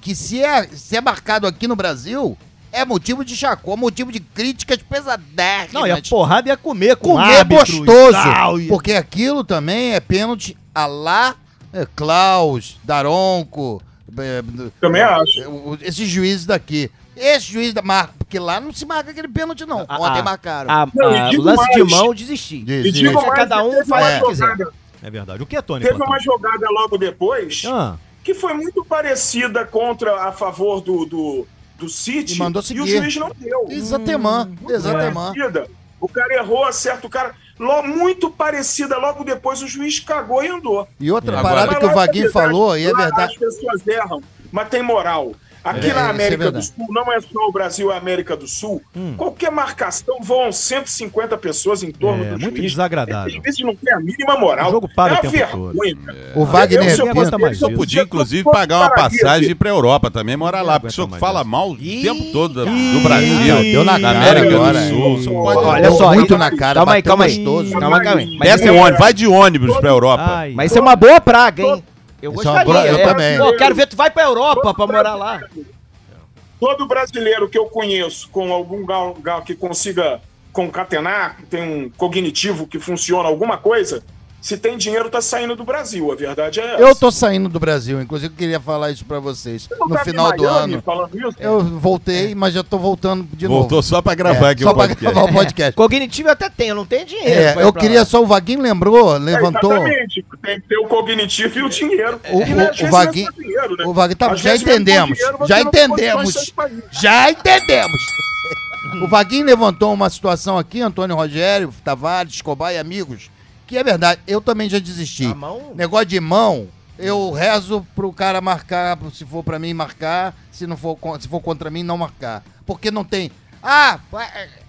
que, se é, se é marcado aqui no Brasil, é motivo de chacô, motivo de críticas pesadérrimas. Não, e a porrada ia Um comer com Comer Um árbitro e gostoso. tal, e- Porque aquilo também é pênalti a lá é, Klaus, Daronco. é, do- Também acho. é, o- Esses juízes daqui. Esse juiz da marca. Porque lá não se marca aquele pênalti, não. Ah, Ontem ah, marcaram. A, Não, e a- digo lance de mais. mão, desisti. Diz, E diz. digo Deixa mais, cada um teve faz uma o que quiser. jogada, É verdade. O que, Tony teve Platão? uma jogada logo depois Ah, que foi muito parecida contra a favor do, do, do City E mandou o seguir. juiz não deu. Exatemã. tá. Exatemã. Parecida. O cara errou, acerta o cara. Lo- muito parecida, logo depois o juiz cagou e andou. E outra É. parada Mas que o lá Vaguinho é verdade, falou, e é lá verdade. As pessoas erram, mas tem moral. Aqui É, isso é na América do verdade. Hum. Sul, não é só o Brasil, é a América do Sul. Qualquer marcação voam 150 pessoas em torno É, do muito juiz. desagradável. Às vezes não tem a mínima moral. O jogo para o é uma tempo vergonha, cara. O Eu, É. Wagner se eu Pinto- Pinto. fosse- mais se eu isso. fosse- Podia, inclusive, se eu fosse pagar uma paraguaio, passagem pra Europa também, morar lá, porque o senhor aguento mais fala isso. mal o tempo todo da- Ih, do Brasil, deu na da cara América agora, do hein? Sul. Você pode... Olha só, muito aí- na cara, calma aí, bateu calma aí. gostoso. Calma, calma aí. Mas, Desce isso é, um ônibus, vai de ônibus pra Europa. ai. mas isso é uma boa praga, hein? Eu Isso é uma gostaria. boa- eu é. também. Pô, quero ver tu vai pra Europa pra morar lá. todo brasileiro que eu conheço com algum gal, gal que consiga concatenar, que tem um cognitivo que funciona alguma coisa, se tem dinheiro tá saindo do Brasil, a verdade é essa. Eu tô saindo do Brasil, inclusive eu queria falar isso pra vocês. Você não No tava em final do Miami ano, falando isso? eu É. voltei, mas já tô voltando de Voltou novo. só pra gravar É, aqui só o pra podcast. gravar o podcast. Cognitivo eu até tenho, não tenho dinheiro. É, pra ir eu pra queria lá. só, o Vaguinho lembrou, É, levantou. exatamente, tem que ter o cognitivo e o dinheiro. O- E, o- né, às o vezes, Vaguinho- não é só dinheiro, né? o Vaguinho tá- Às já vezes, mesmo com entendemos, dinheiro, você já não tem condições entendemos. de sair do país. Já entendemos! O Vaguinho levantou uma situação aqui, Antônio Rogério, Tavares, Escobar e amigos, que é verdade, eu também já desisti. A mão? Negócio de mão, eu rezo pro cara marcar, pro- se for pra mim marcar, se não for, con- se for contra mim não marcar. Porque não tem, ah,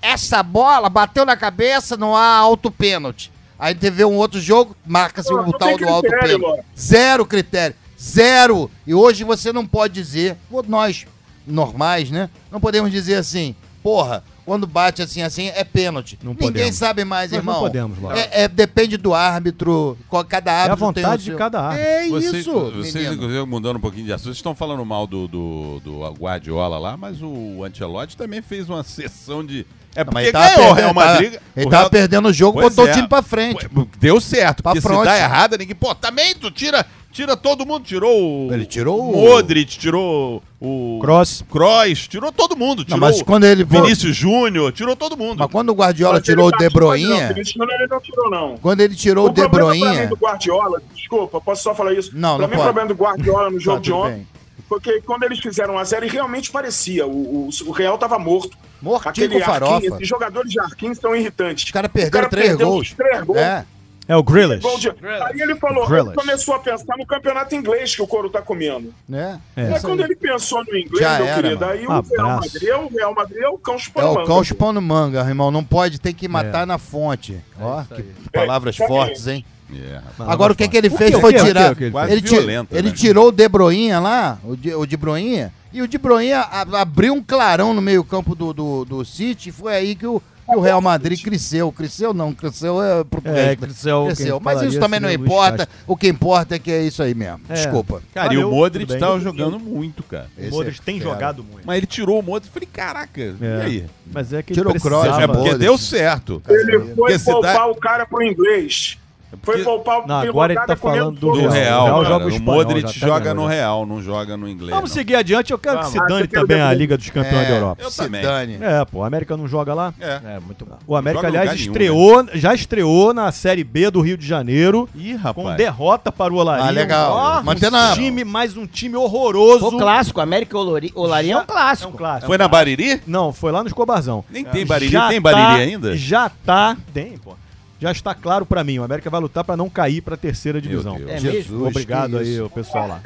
essa bola bateu na cabeça, não há alto pênalti. Aí teve um outro jogo, marca-se Pô, o não tal tem do alto critério, pênalti. mano. Zero critério. Zero. E hoje você não pode dizer, ou nós normais, né? Não podemos dizer assim, porra, quando bate assim, assim, é pênalti. Não Ninguém podemos. sabe mais, Nós não irmão. podemos, Laura. é, é, Depende do árbitro. qual- Cada É a árbitro tem o vontade de seu- cada árbitro. É Vocês- isso, Vocês, menino. inclusive, mudando um pouquinho de assunto, vocês estão falando mal do, do, do Guardiola lá, mas o Ancelotti também fez uma sessão de. É Não, mas ele porque tava ganhou o perdendo, Real Madrid. tava- o Ele Real- tava perdendo o jogo, Pois botou é. o time pra frente. Pô, Deu certo, Pra porque se fronte. dá errada, ninguém. Pô, também tu tira, tira todo mundo. Tirou o. Ele tirou o- Modric, tirou o. Cross. Kroos, tirou todo mundo. Tirou mas o quando ele vo- Vinícius Júnior, tirou todo mundo. Mas quando o Guardiola Mas ele tirou o bateu, De Não, Bruyne, Cristiano ele não tirou, não. quando ele tirou o, De problema pra mim Bruyne, tá do Guardiola, desculpa, posso só falar isso? Não, pra não mim, pode. Tá, o problema do Guardiola no jogo de tudo ontem. bem. Porque quando eles fizeram um a série, realmente parecia. O, o, o Real tava morto. Mortinho com Arquin- farofa. Esses jogadores de Arquinhos são irritantes. os caras perderam três perdeu gols. os Três gols. É. É o Grealish. Gol de- Aí ele falou, Grealish. ele começou a pensar no campeonato inglês que o couro tá comendo. né? É. Mas quando ele pensou no inglês, Já meu era, querido, mano. aí Abraço. o Real Madrid, o Real Madrid é o cão É espanhol. o cão chupando manga, irmão. Não pode, tem que matar É. na fonte. Ó, que É, palavras tá fortes, hein? É, rapaz. Mas Agora, não o que, faz. que ele O fez quê? O foi quê? O quê? tirar. O quê? Ele Quase Ele, ti- violento, ele né? tirou o De Bruyne lá, o De, o De Bruyne, e o De Bruyne a- abriu um clarão no meio-campo do, do, do City, e foi aí que o, que o Real Madrid cresceu. Cresceu não, cresceu é português. É, cresceu, quem Mas falaria isso também não seria o Luiz importa. O que importa é que é isso aí mesmo. É. Desculpa. Cara, e Valeu, o Modric tudo bem. tava jogando muito, cara. O Esse Modric é tem fera. jogado muito. Mas ele tirou o Modric. Falei, caraca, É. e aí? Mas é que Tirou o ele Kroos, precisava. É porque Modric. deu certo. Ele Porque foi se poupar dá- o cara pro inglês. Foi Porque- poupar o Não, agora ele o cara tá falando comendo Do Real. Real, O Real cara. joga o o, espanhol, já Modric tá joga ganhando, no já. Real, não joga no inglês. Vamos não. seguir adiante. Eu quero que se Vamos. dane Eu quero também a defender. Liga dos É, Campeões da Europa. Eu se também. dane. É, pô, a América não joga lá. É. É, muito bom. O América, Joga em aliás, lugar nenhum, estreou, já estreou na Série B do Rio de Janeiro. Ih, Com rapaz. derrota para o Olaria. Ah, legal. Ó, Mantendo um a- time, mais um time horroroso. O clássico, América e Olori- Olaria é um É um clássico. clássico. Foi na Bariri? Não, foi lá no Escobarzão. Nem tem Bariri. Já tem Bariri tá- ainda? Já tá. Tem, pô. Já está claro pra mim. O América vai lutar pra não cair pra terceira divisão. Deus. É mesmo? Jesus, Obrigado que aí, isso. o pessoal lá.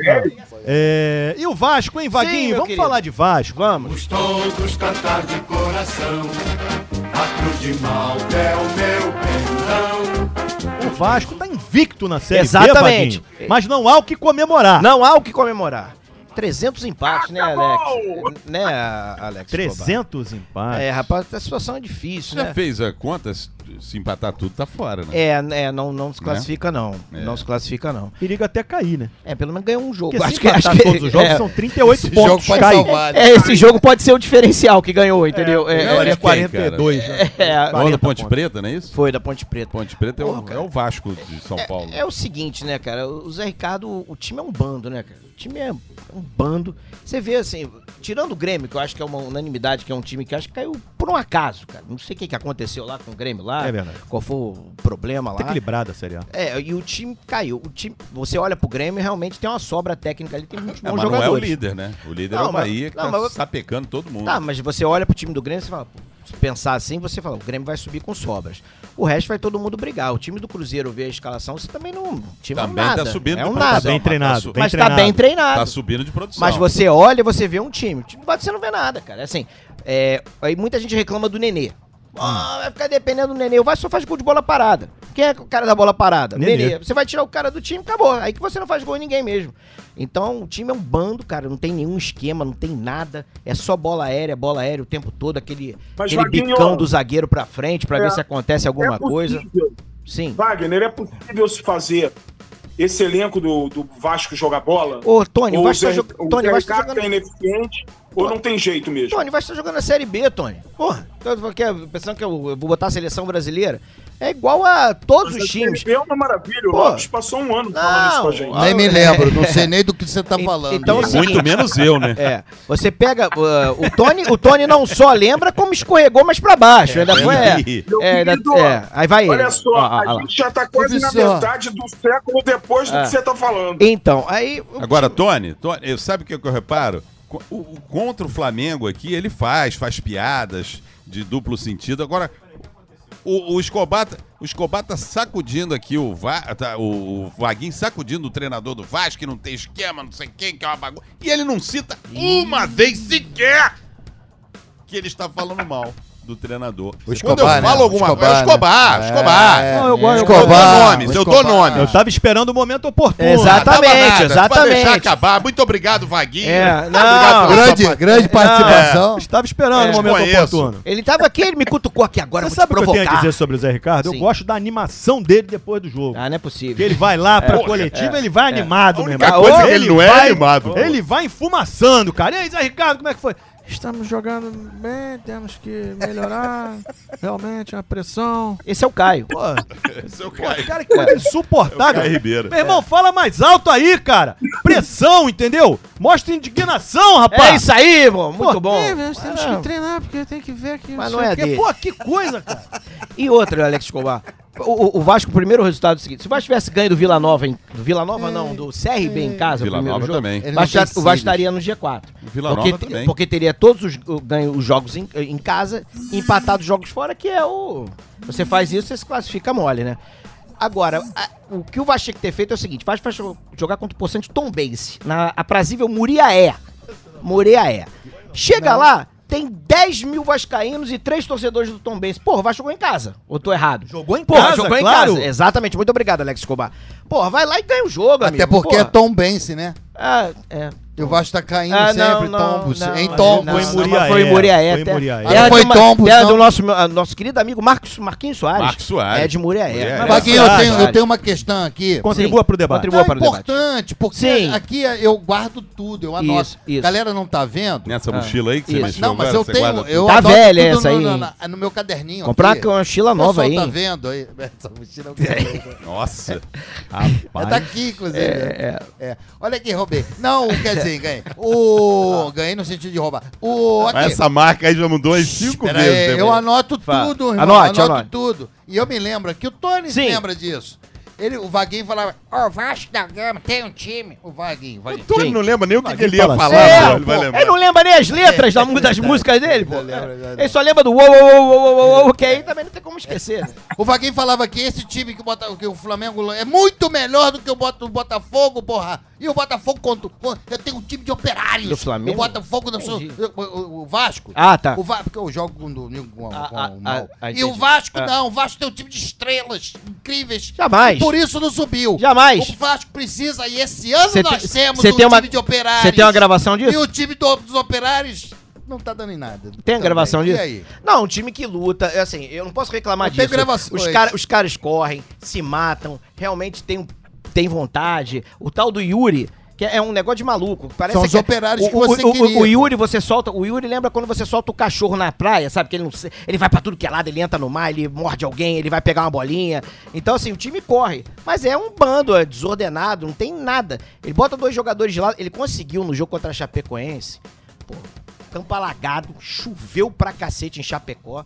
É, e o Vasco, hein, Vaguinho? meu Vamos querido. falar de Vasco. Vamos. Vamos todos cantar de coração. A cruz de Malta é o meu perdão. O Vasco tá invicto na Série Exatamente. B, Vaguinho. Mas não há o que comemorar. Não há o que comemorar. 300 empates, né, Alex? Né, Alex? 300 Escobar? empates. É, rapaz, a situação é difícil, Já né? fez a conta? Se se empatar tudo, tá fora, né? É, né, não, não se classifica, não. É. Não se classifica, não. Perigo até cair, né? É, pelo menos ganhou um jogo. Porque se empatar todos os jogos, [LAUGHS] é, são 38 Esse pontos. jogo pode Cai. salvar. né? é, esse jogo pode ser o diferencial que ganhou, entendeu? É, ganhou, é, Olha, né? é, 42 já. é, Gol da 40 Ponte pontos. Preta, não é isso? foi da Ponte Preta. Ponte Preta é Porra, o, cara. é o Vasco de São Paulo. É o seguinte, né, cara? O Zé Ricardo, o time é um bando, né, cara? O time é um bando. Você vê, assim, tirando o Grêmio, que eu acho que é uma unanimidade, que é um time que acho que caiu por um acaso, cara. Não sei o que, que aconteceu lá com o Grêmio lá. É verdade. Qual foi o problema Tá lá. equilibrada a Série A. É, e o time caiu. O time, você olha pro Grêmio, realmente tem uma sobra técnica ali, tem muitos É, bons mas não jogadores. é o líder, né? O líder é um Não, o mas- Bahia, que não, tá mas- sapecando todo mundo. Tá, mas você olha pro time do Grêmio e fala, pô, se pensar assim, você fala, o Grêmio vai subir com sobras. O resto vai todo mundo brigar. O time do Cruzeiro vê a escalação, você também não. O time é um Também tá nada. subindo é de um nada. produção, Tá bem mas treinado, su- bem mas treinado. tá bem treinado. Tá subindo de produção. mas você olha, você vê um time. O time você não vê nada, cara. É Assim, é, aí muita gente reclama do Nenê. Ah, Hum. vai ficar dependendo do Nenê. O Vasco só faz gol de bola parada. Quem é o cara da bola parada? Nenê. Nenê. Você vai tirar o cara do time, acabou. Aí que você não faz gol em ninguém mesmo. Então, o time é um bando, cara. Não tem nenhum esquema, não tem nada. É só bola aérea, bola aérea o tempo todo. Aquele, Mas, aquele Vaguinho, bicão do zagueiro pra frente pra é, ver se acontece alguma é coisa. possível, Sim. Wagner, é possível se fazer esse elenco do, do Vasco jogar bola? Ô, Tony, o Ou Vasco tá Zé- jog- o Tony, o Zé Vasco tá Ricardo jogando. é ineficiente ou não tem jeito mesmo? Tony, vai estar jogando a Série B, Tony. Porra, tô- tô- quer- pensando que eu eu vou botar a seleção brasileira? É igual a todos Mas os a times. Série B É uma maravilha, o Pô. Lopes passou um ano falando isso pra gente. Ah, Nem me é. lembro, [LAUGHS] não sei nem do que você tá E- falando. então, assim, Muito menos eu, né? É, você pega ah, o Tony, o Tony não só lembra como escorregou mais pra baixo, ainda foi é, Meu é, ainda- querido, é, aí vai ele. Olha só, Ó, ó, ó a lá. gente já tá quase na Professor. metade do século depois do Ah. que você tá falando. Então, aí o Agora, Tony, Tony eu- sabe o que eu reparo? Co- O, o- contra o Flamengo aqui, ele faz, faz piadas, de duplo sentido. Agora, o, o Escobar, tá- o Escobar tá sacudindo aqui, o, Va, tá- o, o Vaguinho sacudindo o treinador do Vasco, que não tem esquema, não sei quem, que é uma bagunça. E ele não cita uma vez sequer que ele está falando mal do treinador. O Quando eu Escobar, né? falo O alguma Escobar, coisa, é o Escobar, né? Escobar. É, Não, eu gosto- eu Eu dou Escobar, nomes, eu Escobar. dou nomes. Eu tava esperando o momento oportuno. Ah. É, Exato. Não dava Exatamente, nada, Vai exatamente. deixar acabar. Muito obrigado, Vaguinho. É, Muito não. obrigado pela sua Grande, grande participação. Eu Ah, é. Estava esperando É, o momento conheço. oportuno. Ele tava aqui, ele me cutucou aqui agora, Você eu vou te sabe o que eu tenho a provocar. dizer sobre o Zé Ricardo? Sim. Eu gosto da animação dele depois do jogo. Ah, não é Que possível. ele vai lá É. pra coletiva, ele vai animado, meu única irmão. coisa é que ele não é vai- animado. Ele vai enfumaçando, cara. E aí, Zé Ricardo, como é que foi? Estamos jogando bem, temos que [LAUGHS] melhorar. Realmente, a pressão. Esse é o Caio. [LAUGHS] Pô, Seu pô, Caio. cara, que coisa insuportável. É o Caio Ribeiro. Meu irmão, fala mais alto aí, cara. Pressão, entendeu? Mostra indignação, rapaz. É isso aí, irmão. Muito Pô, bom. É, nós temos Ah, que treinar, porque tem que ver aqui. Mas sei não é o quê. dele. Pô, que coisa, cara. E outra, Alex Escobar. O, o- o Vasco, o primeiro resultado é o seguinte: se o Vasco tivesse ganho do Vila Nova, em, do Vila Nova não, do CRB em casa, Vila o primeiro Nova jogo, também. É. Ele o Vasco não tem tá- o Vasco cílios. estaria no G4. O Vila porque, Nova também. porque teria todos os o- ganho os jogos em, em casa e empatado os jogos fora, que é o. Você faz isso, você se classifica mole, né? Agora, a- o que o Vasco tinha que ter feito é o seguinte: o Vasco vai jo- jogar contra o Poçante Tom Base, na aprazível Muriaé. Muriaé. é. Chega lá, tem 10 mil vascaínos e 3 torcedores do Tom Bense. Porra, o Vasco jogou em casa. Ou tô errado? Jogou em Porra, casa, jogou em claro. casa. Exatamente. Muito obrigado, Alex Escobar. Porra, vai lá e ganha o jogo, Até amigo. porque é Porra. Tom Bense, né? Ah, é. E o Vasco tá caindo Ah, sempre, não, não, tombos. não, em não, tombos. Foi em não, Muriaé, mas Foi em Muriaé. foi em terra- Muriaé. terra Não de foi uma- Tombos, terra não. do nosso, meu- nosso querido amigo Marcos, Marquinhos Soares. Marcos Soares. É de Muriaé. É, Mas é. Vaguinho, eu Soares. tenho, eu tenho um uma questão aqui. Contribua Sim, pro debate. contribua Não, é para o debate. importante, porque Sim. aqui eu guardo tudo, eu anoto. Isso, isso. Galera não tá vendo. Nessa mochila aí que você Isso. Mas- deixou não, mas agora, eu você tenho. guarda- Eu Tá anoto velha tudo essa no, aí, no- hein? na- no meu caderninho. Comprar aqui. uma mochila O pessoal nova aí. tá hein? vendo aí. [LAUGHS] Essa mochila é Nossa. É tá aqui, inclusive. É, Olha aqui, roubei. Não, quer dizer, ganhei. [LAUGHS] Ah. O... Ganhei no sentido de roubar. O... Mas Aqui. essa marca aí já mudou em cinco Pera vezes. aí, né, eu mano? anoto Fala. tudo, irmão. Anote, anoto anote. tudo. E eu me lembro que o Tony se Sim. lembra disso. Ele, o Vaguinho falava, ó, o Vasco da Gama tem um time. O Vaguinho, Vaguinho. Tony não lembra nem o que, que ele ia fala falar, É, mano, ele pô. vai ele lembrar. não lembra nem as letras da- das músicas dele, pô. lembra, não lembra. Ele só lembra do uou, uou, uou, uou, uou, uou, que aí também não tem como esquecer. né? O Vaguinho falava que esse time que, o Bota- que o Flamengo lan- é muito melhor do que o, Bota- o Botafogo, porra. E o Botafogo contra. contra- Eu tenho um time de operários. Do Flamengo? O Botafogo não sou, Entendi. o, o- o Vasco. Ah, tá. O Va- porque eu jogo com, o domingo com, a- Ah, com ah, o mal. ah, ah, e o entendi. Vasco Ah. não. O Vasco tem um time de estrelas incríveis. Jamais. E por isso não subiu. Jamais. O Vasco precisa, e esse ano Cê nós tem- temos cê um tem uma- time de operários. cê tem uma gravação disso? E o time do- dos operários não tá dando em nada. Tem a gravação Também. disso? E aí? Não, um time que luta, é assim, eu não posso reclamar Não tem disso. gravação, os, é cara- isso. os caras correm, se matam, realmente tem, um- tem vontade. O tal do Yuri, que é um negócio de maluco. Parece São os que- é operários o, que o- você o, queria, o, pô. o Yuri, você solta. O Yuri lembra quando você solta o cachorro na praia, sabe? Que ele não se- Ele vai pra tudo que é lado, ele entra no mar, ele morde alguém, ele vai pegar uma bolinha. Então, assim, o time corre. Mas é um bando, é desordenado, não tem nada. Ele bota dois jogadores de lado. Ele conseguiu no jogo contra a Chapecoense. Pô, campo alagado, choveu pra cacete em Chapecó.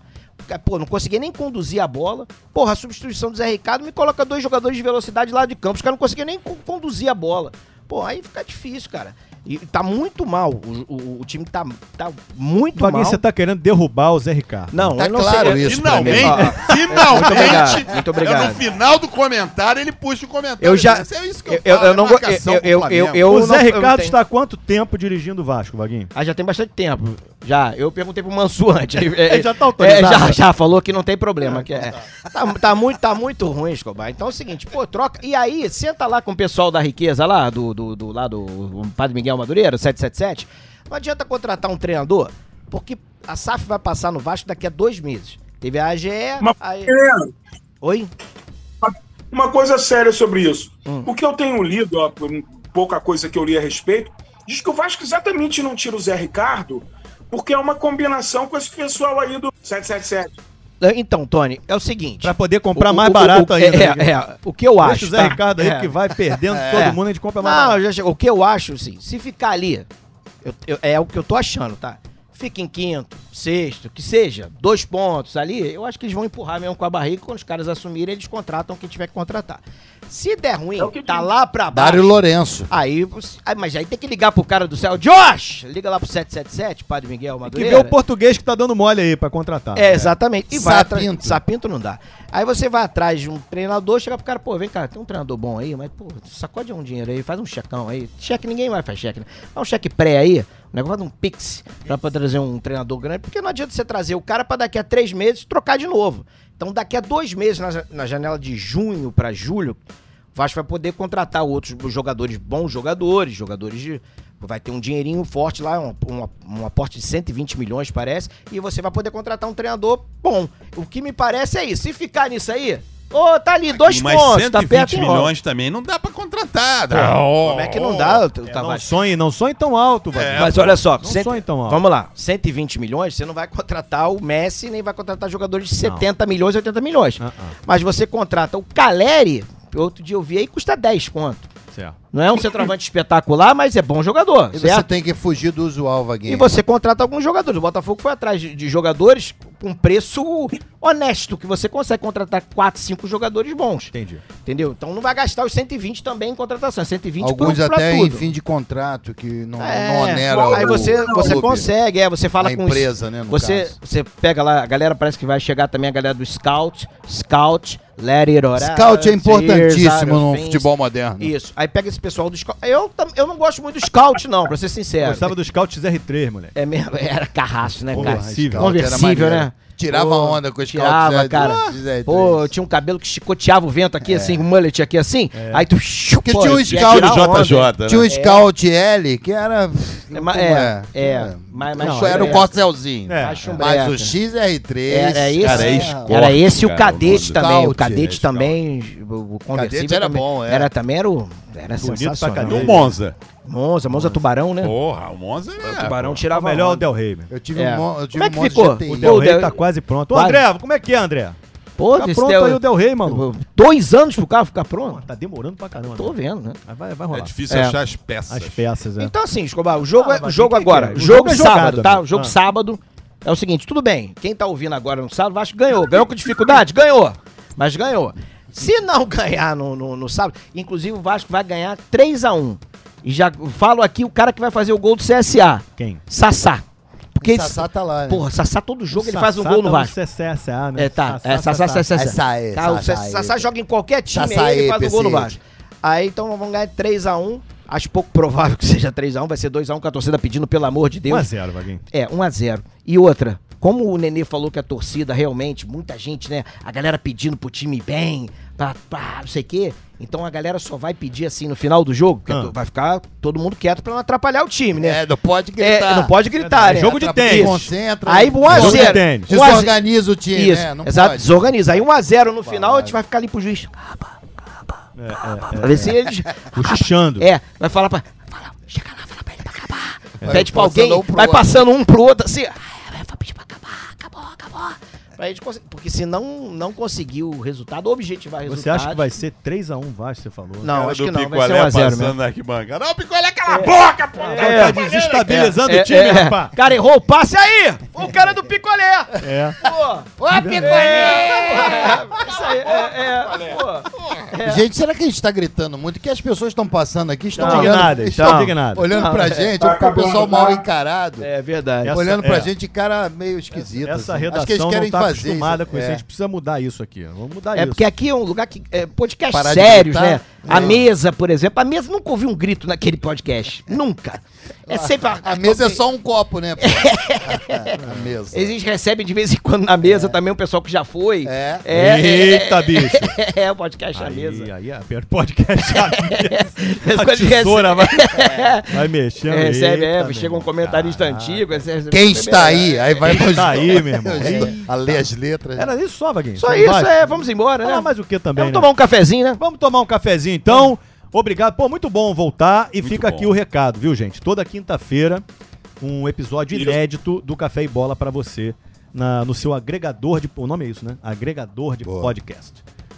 Pô, não conseguia nem conduzir a bola. Porra, a substituição do Zé Ricardo me coloca dois jogadores de velocidade lá de campo. Os caras não conseguiam nem co- conduzir a bola. Pô, aí fica difícil, cara. E tá muito mal. O, o- o time tá, tá muito Vaguinho, mal. você tá querendo derrubar o Zé Ricardo. Não, Tá eu não claro sei. isso pra mim. Finalmente, Ah, finalmente, Muito obrigado, muito obrigado. eu no final do comentário, ele puxa o comentário. Eu assim, já. Isso é isso que eu, Eu, eu, falo, eu não é go- marcação eu- com eu- eu- Flamengo. eu o não- Zé eu não Ricardo tenho- está há quanto tempo dirigindo o Vasco, Vaguinho? Ah, já tem bastante tempo. Já, eu perguntei pro Mansur [LAUGHS] antes. É, [LAUGHS] Ele já tá autorizado. é, já, já falou que não tem problema. que é. tá, tá muito, tá muito ruim, Escobar. Então é o seguinte, pô, troca. E aí, senta lá com o pessoal da riqueza lá, do, do, do- lá do o Padre Miguel Madureira, 777. Não adianta contratar um treinador, porque a SAF vai passar no Vasco daqui a dois meses. Teve a AGE. Mas- aí- É, Oi? uma coisa séria sobre isso. O que eu tenho lido, ó, por um, pouca coisa que eu li a respeito, diz que o Vasco exatamente não tira o Zé Ricardo, porque é uma combinação com esse pessoal aí do 777. Então, Tony, é o seguinte. Pra poder comprar O- mais o- o- barato o, ainda. É, né? é, é, o que eu Deixa acho. o Zé tá? Ricardo aí É. que vai perdendo É. todo mundo, a gente compra mais Não, barato. já chegou. O que eu acho, assim, se ficar ali, eu- eu- é o que eu tô achando, tá? fica em quinto, sexto, que seja, dois pontos ali, eu acho que eles vão empurrar mesmo com a barriga. Quando os caras assumirem, eles contratam quem tiver que contratar. Se der ruim, tá lá pra baixo. Dário Lourenço. Aí, você- ah, mas aí tem que ligar pro cara do céu. Josh! Liga lá pro 777, Padre Miguel Que Madureira. vê o português que tá dando mole aí pra contratar. É, exatamente. E vai atrás. Sapinto. Sapinto não dá. Aí você vai atrás de um treinador, chega pro cara, pô, vem cá, tem um treinador bom aí, mas, pô, sacode um dinheiro aí, faz um checão aí. Cheque, ninguém vai fazer cheque, né? Dá um cheque pré aí, o negócio faz um pix pra, pra trazer um treinador grande, porque não adianta você trazer o cara pra daqui a três meses trocar de novo. Então, daqui a dois meses, na, ja- na janela de junho pra julho, o Vasco vai poder contratar outros jogadores, bons jogadores, jogadores de. Vai ter um dinheirinho forte lá, um, um, um aporte de 120 milhões, parece, e você vai poder contratar um treinador bom. O que me parece é isso. Se ficar nisso aí, ô, tá ali, dois mas pontos, tá perto milhões também não dá pra contratar. Como é que não dá, o É, não Tavares? sonhe, não sonhe tão alto, velho. É, Mas olha só, Não então, cento- sonhe tão alto. vamos lá, 120 milhões, você não vai contratar o Messi, nem vai contratar jogadores de 70 milhões, 80 milhões. Ah, Mas você contrata o Caleri, outro dia eu vi aí, custa 10 conto. Certo. Não é um centroavante espetacular, mas é bom jogador, E você certo? tem que fugir do usual, Vaguinho. E você contrata alguns jogadores. O Botafogo foi atrás de, de jogadores com um preço honesto, que você consegue contratar 4, 5 jogadores bons. Entendi. Entendeu? Então não vai gastar os 120 também em contratação. é 120 Alguns pra, pra até em tudo. fim de contrato que não, É, não onera Aí o você, clube, você né? consegue, é, você fala a com os- empresa, né, no você, caso. você pega lá, a galera parece que vai chegar também a galera do scout, scout, let it or Scout é importantíssimo no things. futebol moderno. Isso. Aí pega esse pessoal do scout. Eu, tam- eu não gosto muito do scout não, pra ser sincero. Gostava do Scout R3, moleque. É mesmo, [LAUGHS] era carrasco, né, Porra, cara? esse Scout era Conversível, maneiro. né? Tirava Pô, onda com o Scout Tirava, Zé- cara. Zé Pô, Três. eu tinha um cabelo que chicoteava o vento aqui, assim, com o mullet aqui, assim. Aí tu... É. Porque pô, tinha um ia scout tirar onda. JJ, Tinha né? um Scout L que era. É, como ma- é, é, mas- mas- Não, era o é. Corcelzinho. É. Acho um Mas o breca. XR3. Era esse, Cara, é escroto, era esse e o cara, Cadete o nome do- também. O Scout, Cadete é, também, o o conversível era também. bom, é. Era também, era, o- era sensacional. pra No caralho. Monza. Monza, Monza Tubarão, né? Porra, o Monza O é. Tubarão Era tirava melhor o onda. Del Rey, meu. Eu tive É. um mon- eu tive Como é que um monte ficou? de O GTI. Del O Rey Del- tá quase pronto. Ô, Quase. André, como é que é, André? Pô, Tá esse pronto Del- aí o Del Rey, maluco. Tipo, Dois anos pro carro ficar pronto? Tá demorando pra caramba. Tô André. vendo, né? Mas Vai, vai É rolar. difícil É. achar as peças. As peças, é. Então, assim, Escobar, o jogo, Ah, é, mas o jogo quem que agora. quer? O O jogo jogo é sábado, jogado, tá? né? O jogo Ah. sábado é o seguinte: tudo bem, quem tá ouvindo agora no sábado, o Vasco ganhou. Ganhou com dificuldade? Ganhou. Mas ganhou. Se não ganhar no, no, no sábado, inclusive o Vasco vai ganhar 3x1. E já falo aqui o cara que vai fazer o gol do CSA: Quem? Sassá. Porque O Sassá tá lá, né? Porra, Sassá todo jogo ele faz um Sassá gol no tá Vasco. CCSA, né? É, tá. Sassá, É, Sassá, Sassá. Sassá, Sassá. Sassá aí, Tá, o Sassá, Sassá é. aí. Sassá joga em qualquer time Sassá aí, ele aí, faz o gol no PC. Vasco. Aí então nós vamos ganhar 3x1. Acho pouco provável que seja 3x1, vai ser 2x1 com a torcida pedindo, pelo amor de 1 a Deus. 0 Vaguinho. É, 1x0. E outra, como o Nenê falou que a torcida realmente, muita gente, né? A galera pedindo pro time bem, pra, pra não sei o quê. Então a galera só vai pedir assim no final do jogo, porque Ah. tu- vai ficar todo mundo quieto pra não atrapalhar o time, né? É, não pode É, gritar. não pode gritar, É né? jogo de Atrapalha- tênis. Isso. Concentra. Aí Jogo de 1x0. tênis. Desorganiza o time, Isso, né? Não exato, pode. desorganiza. Aí 1x0 no final, a gente vai ficar ali pro juiz. Pra ver se eles. Cochichando. [LAUGHS] É, vai falar pra. Fala, chega lá, fala pra ele pra acabar. Pede pra passando alguém, um pro vai outro. passando um pro outro assim. "Ah, Vai vai pedir pra acabar, acabou, acabou. Pra gente conseguir. Porque se não, não conseguir o resultado, objetivar o resultado. Você acha que vai ser 3x1 Vasco, você falou? né? Não, Cara acho do que não. Vai ser Picolé 1x0 passando mesmo. na arquibancada. Ó, o picolé, cala a boca, pô! É. Tá desestabilizando o time, rapaz. Cara, errou o passe aí! O cara do picolé! É. Pô! Ô, picolé! Isso aí, é, é, pô. Gente, será que a gente tá gritando muito? Que as pessoas estão passando aqui, estão Estão olhando, indignadas, estão estão indignadas. olhando pra gente, Tá com o pessoal acabando, mal tá? encarado. É verdade. Essa- olhando pra é. gente de cara meio esquisito. Essa assim. redação Acho que eles querem não tá fazer acostumada isso. com isso. A É. gente precisa mudar isso aqui. Vamos mudar É isso. porque aqui é um lugar que. É podcast Parar de sérios, né? gritar? A Não. mesa, por exemplo. A mesa nunca ouviu um grito naquele podcast. Nunca. É sempre. A mesa é só um copo, né? pô? a mesa. Eles recebem de vez em quando na mesa também o pessoal que já foi. É. É, Eita, bicho. é, é o podcast a mesa. Aí, aí, aperta o podcast. a mesa. [LAUGHS] Quando A recebe- tesoura [LAUGHS] vai, vai mexendo. É, recebe, é, Eita, chega um meu. comentarista Caraca. antigo. recebe- Quem né? está aí? Aí vai Quem está Tá [LAUGHS] aí, meu irmão? A ler as letras. Era isso só, Vaguinho? Só Só isso, vai. é. Vamos embora, né? Ah, Falar mais o que também, Vamos né? tomar um cafezinho, né? Vamos tomar um cafezinho então. Obrigado. Pô, muito bom voltar. E fica bom. aqui o recado, viu, gente? Toda quinta-feira, um episódio Isso. inédito do Café e Bola pra você na- no seu agregador de. O nome é isso, né? Agregador de Boa. podcast.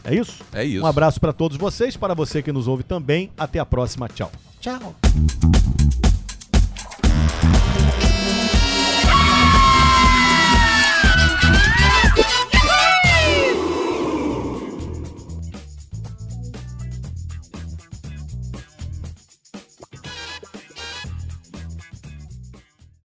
É isso? É isso. Um abraço pra todos vocês, para você que nos ouve também. Até a próxima. Tchau. Tchau.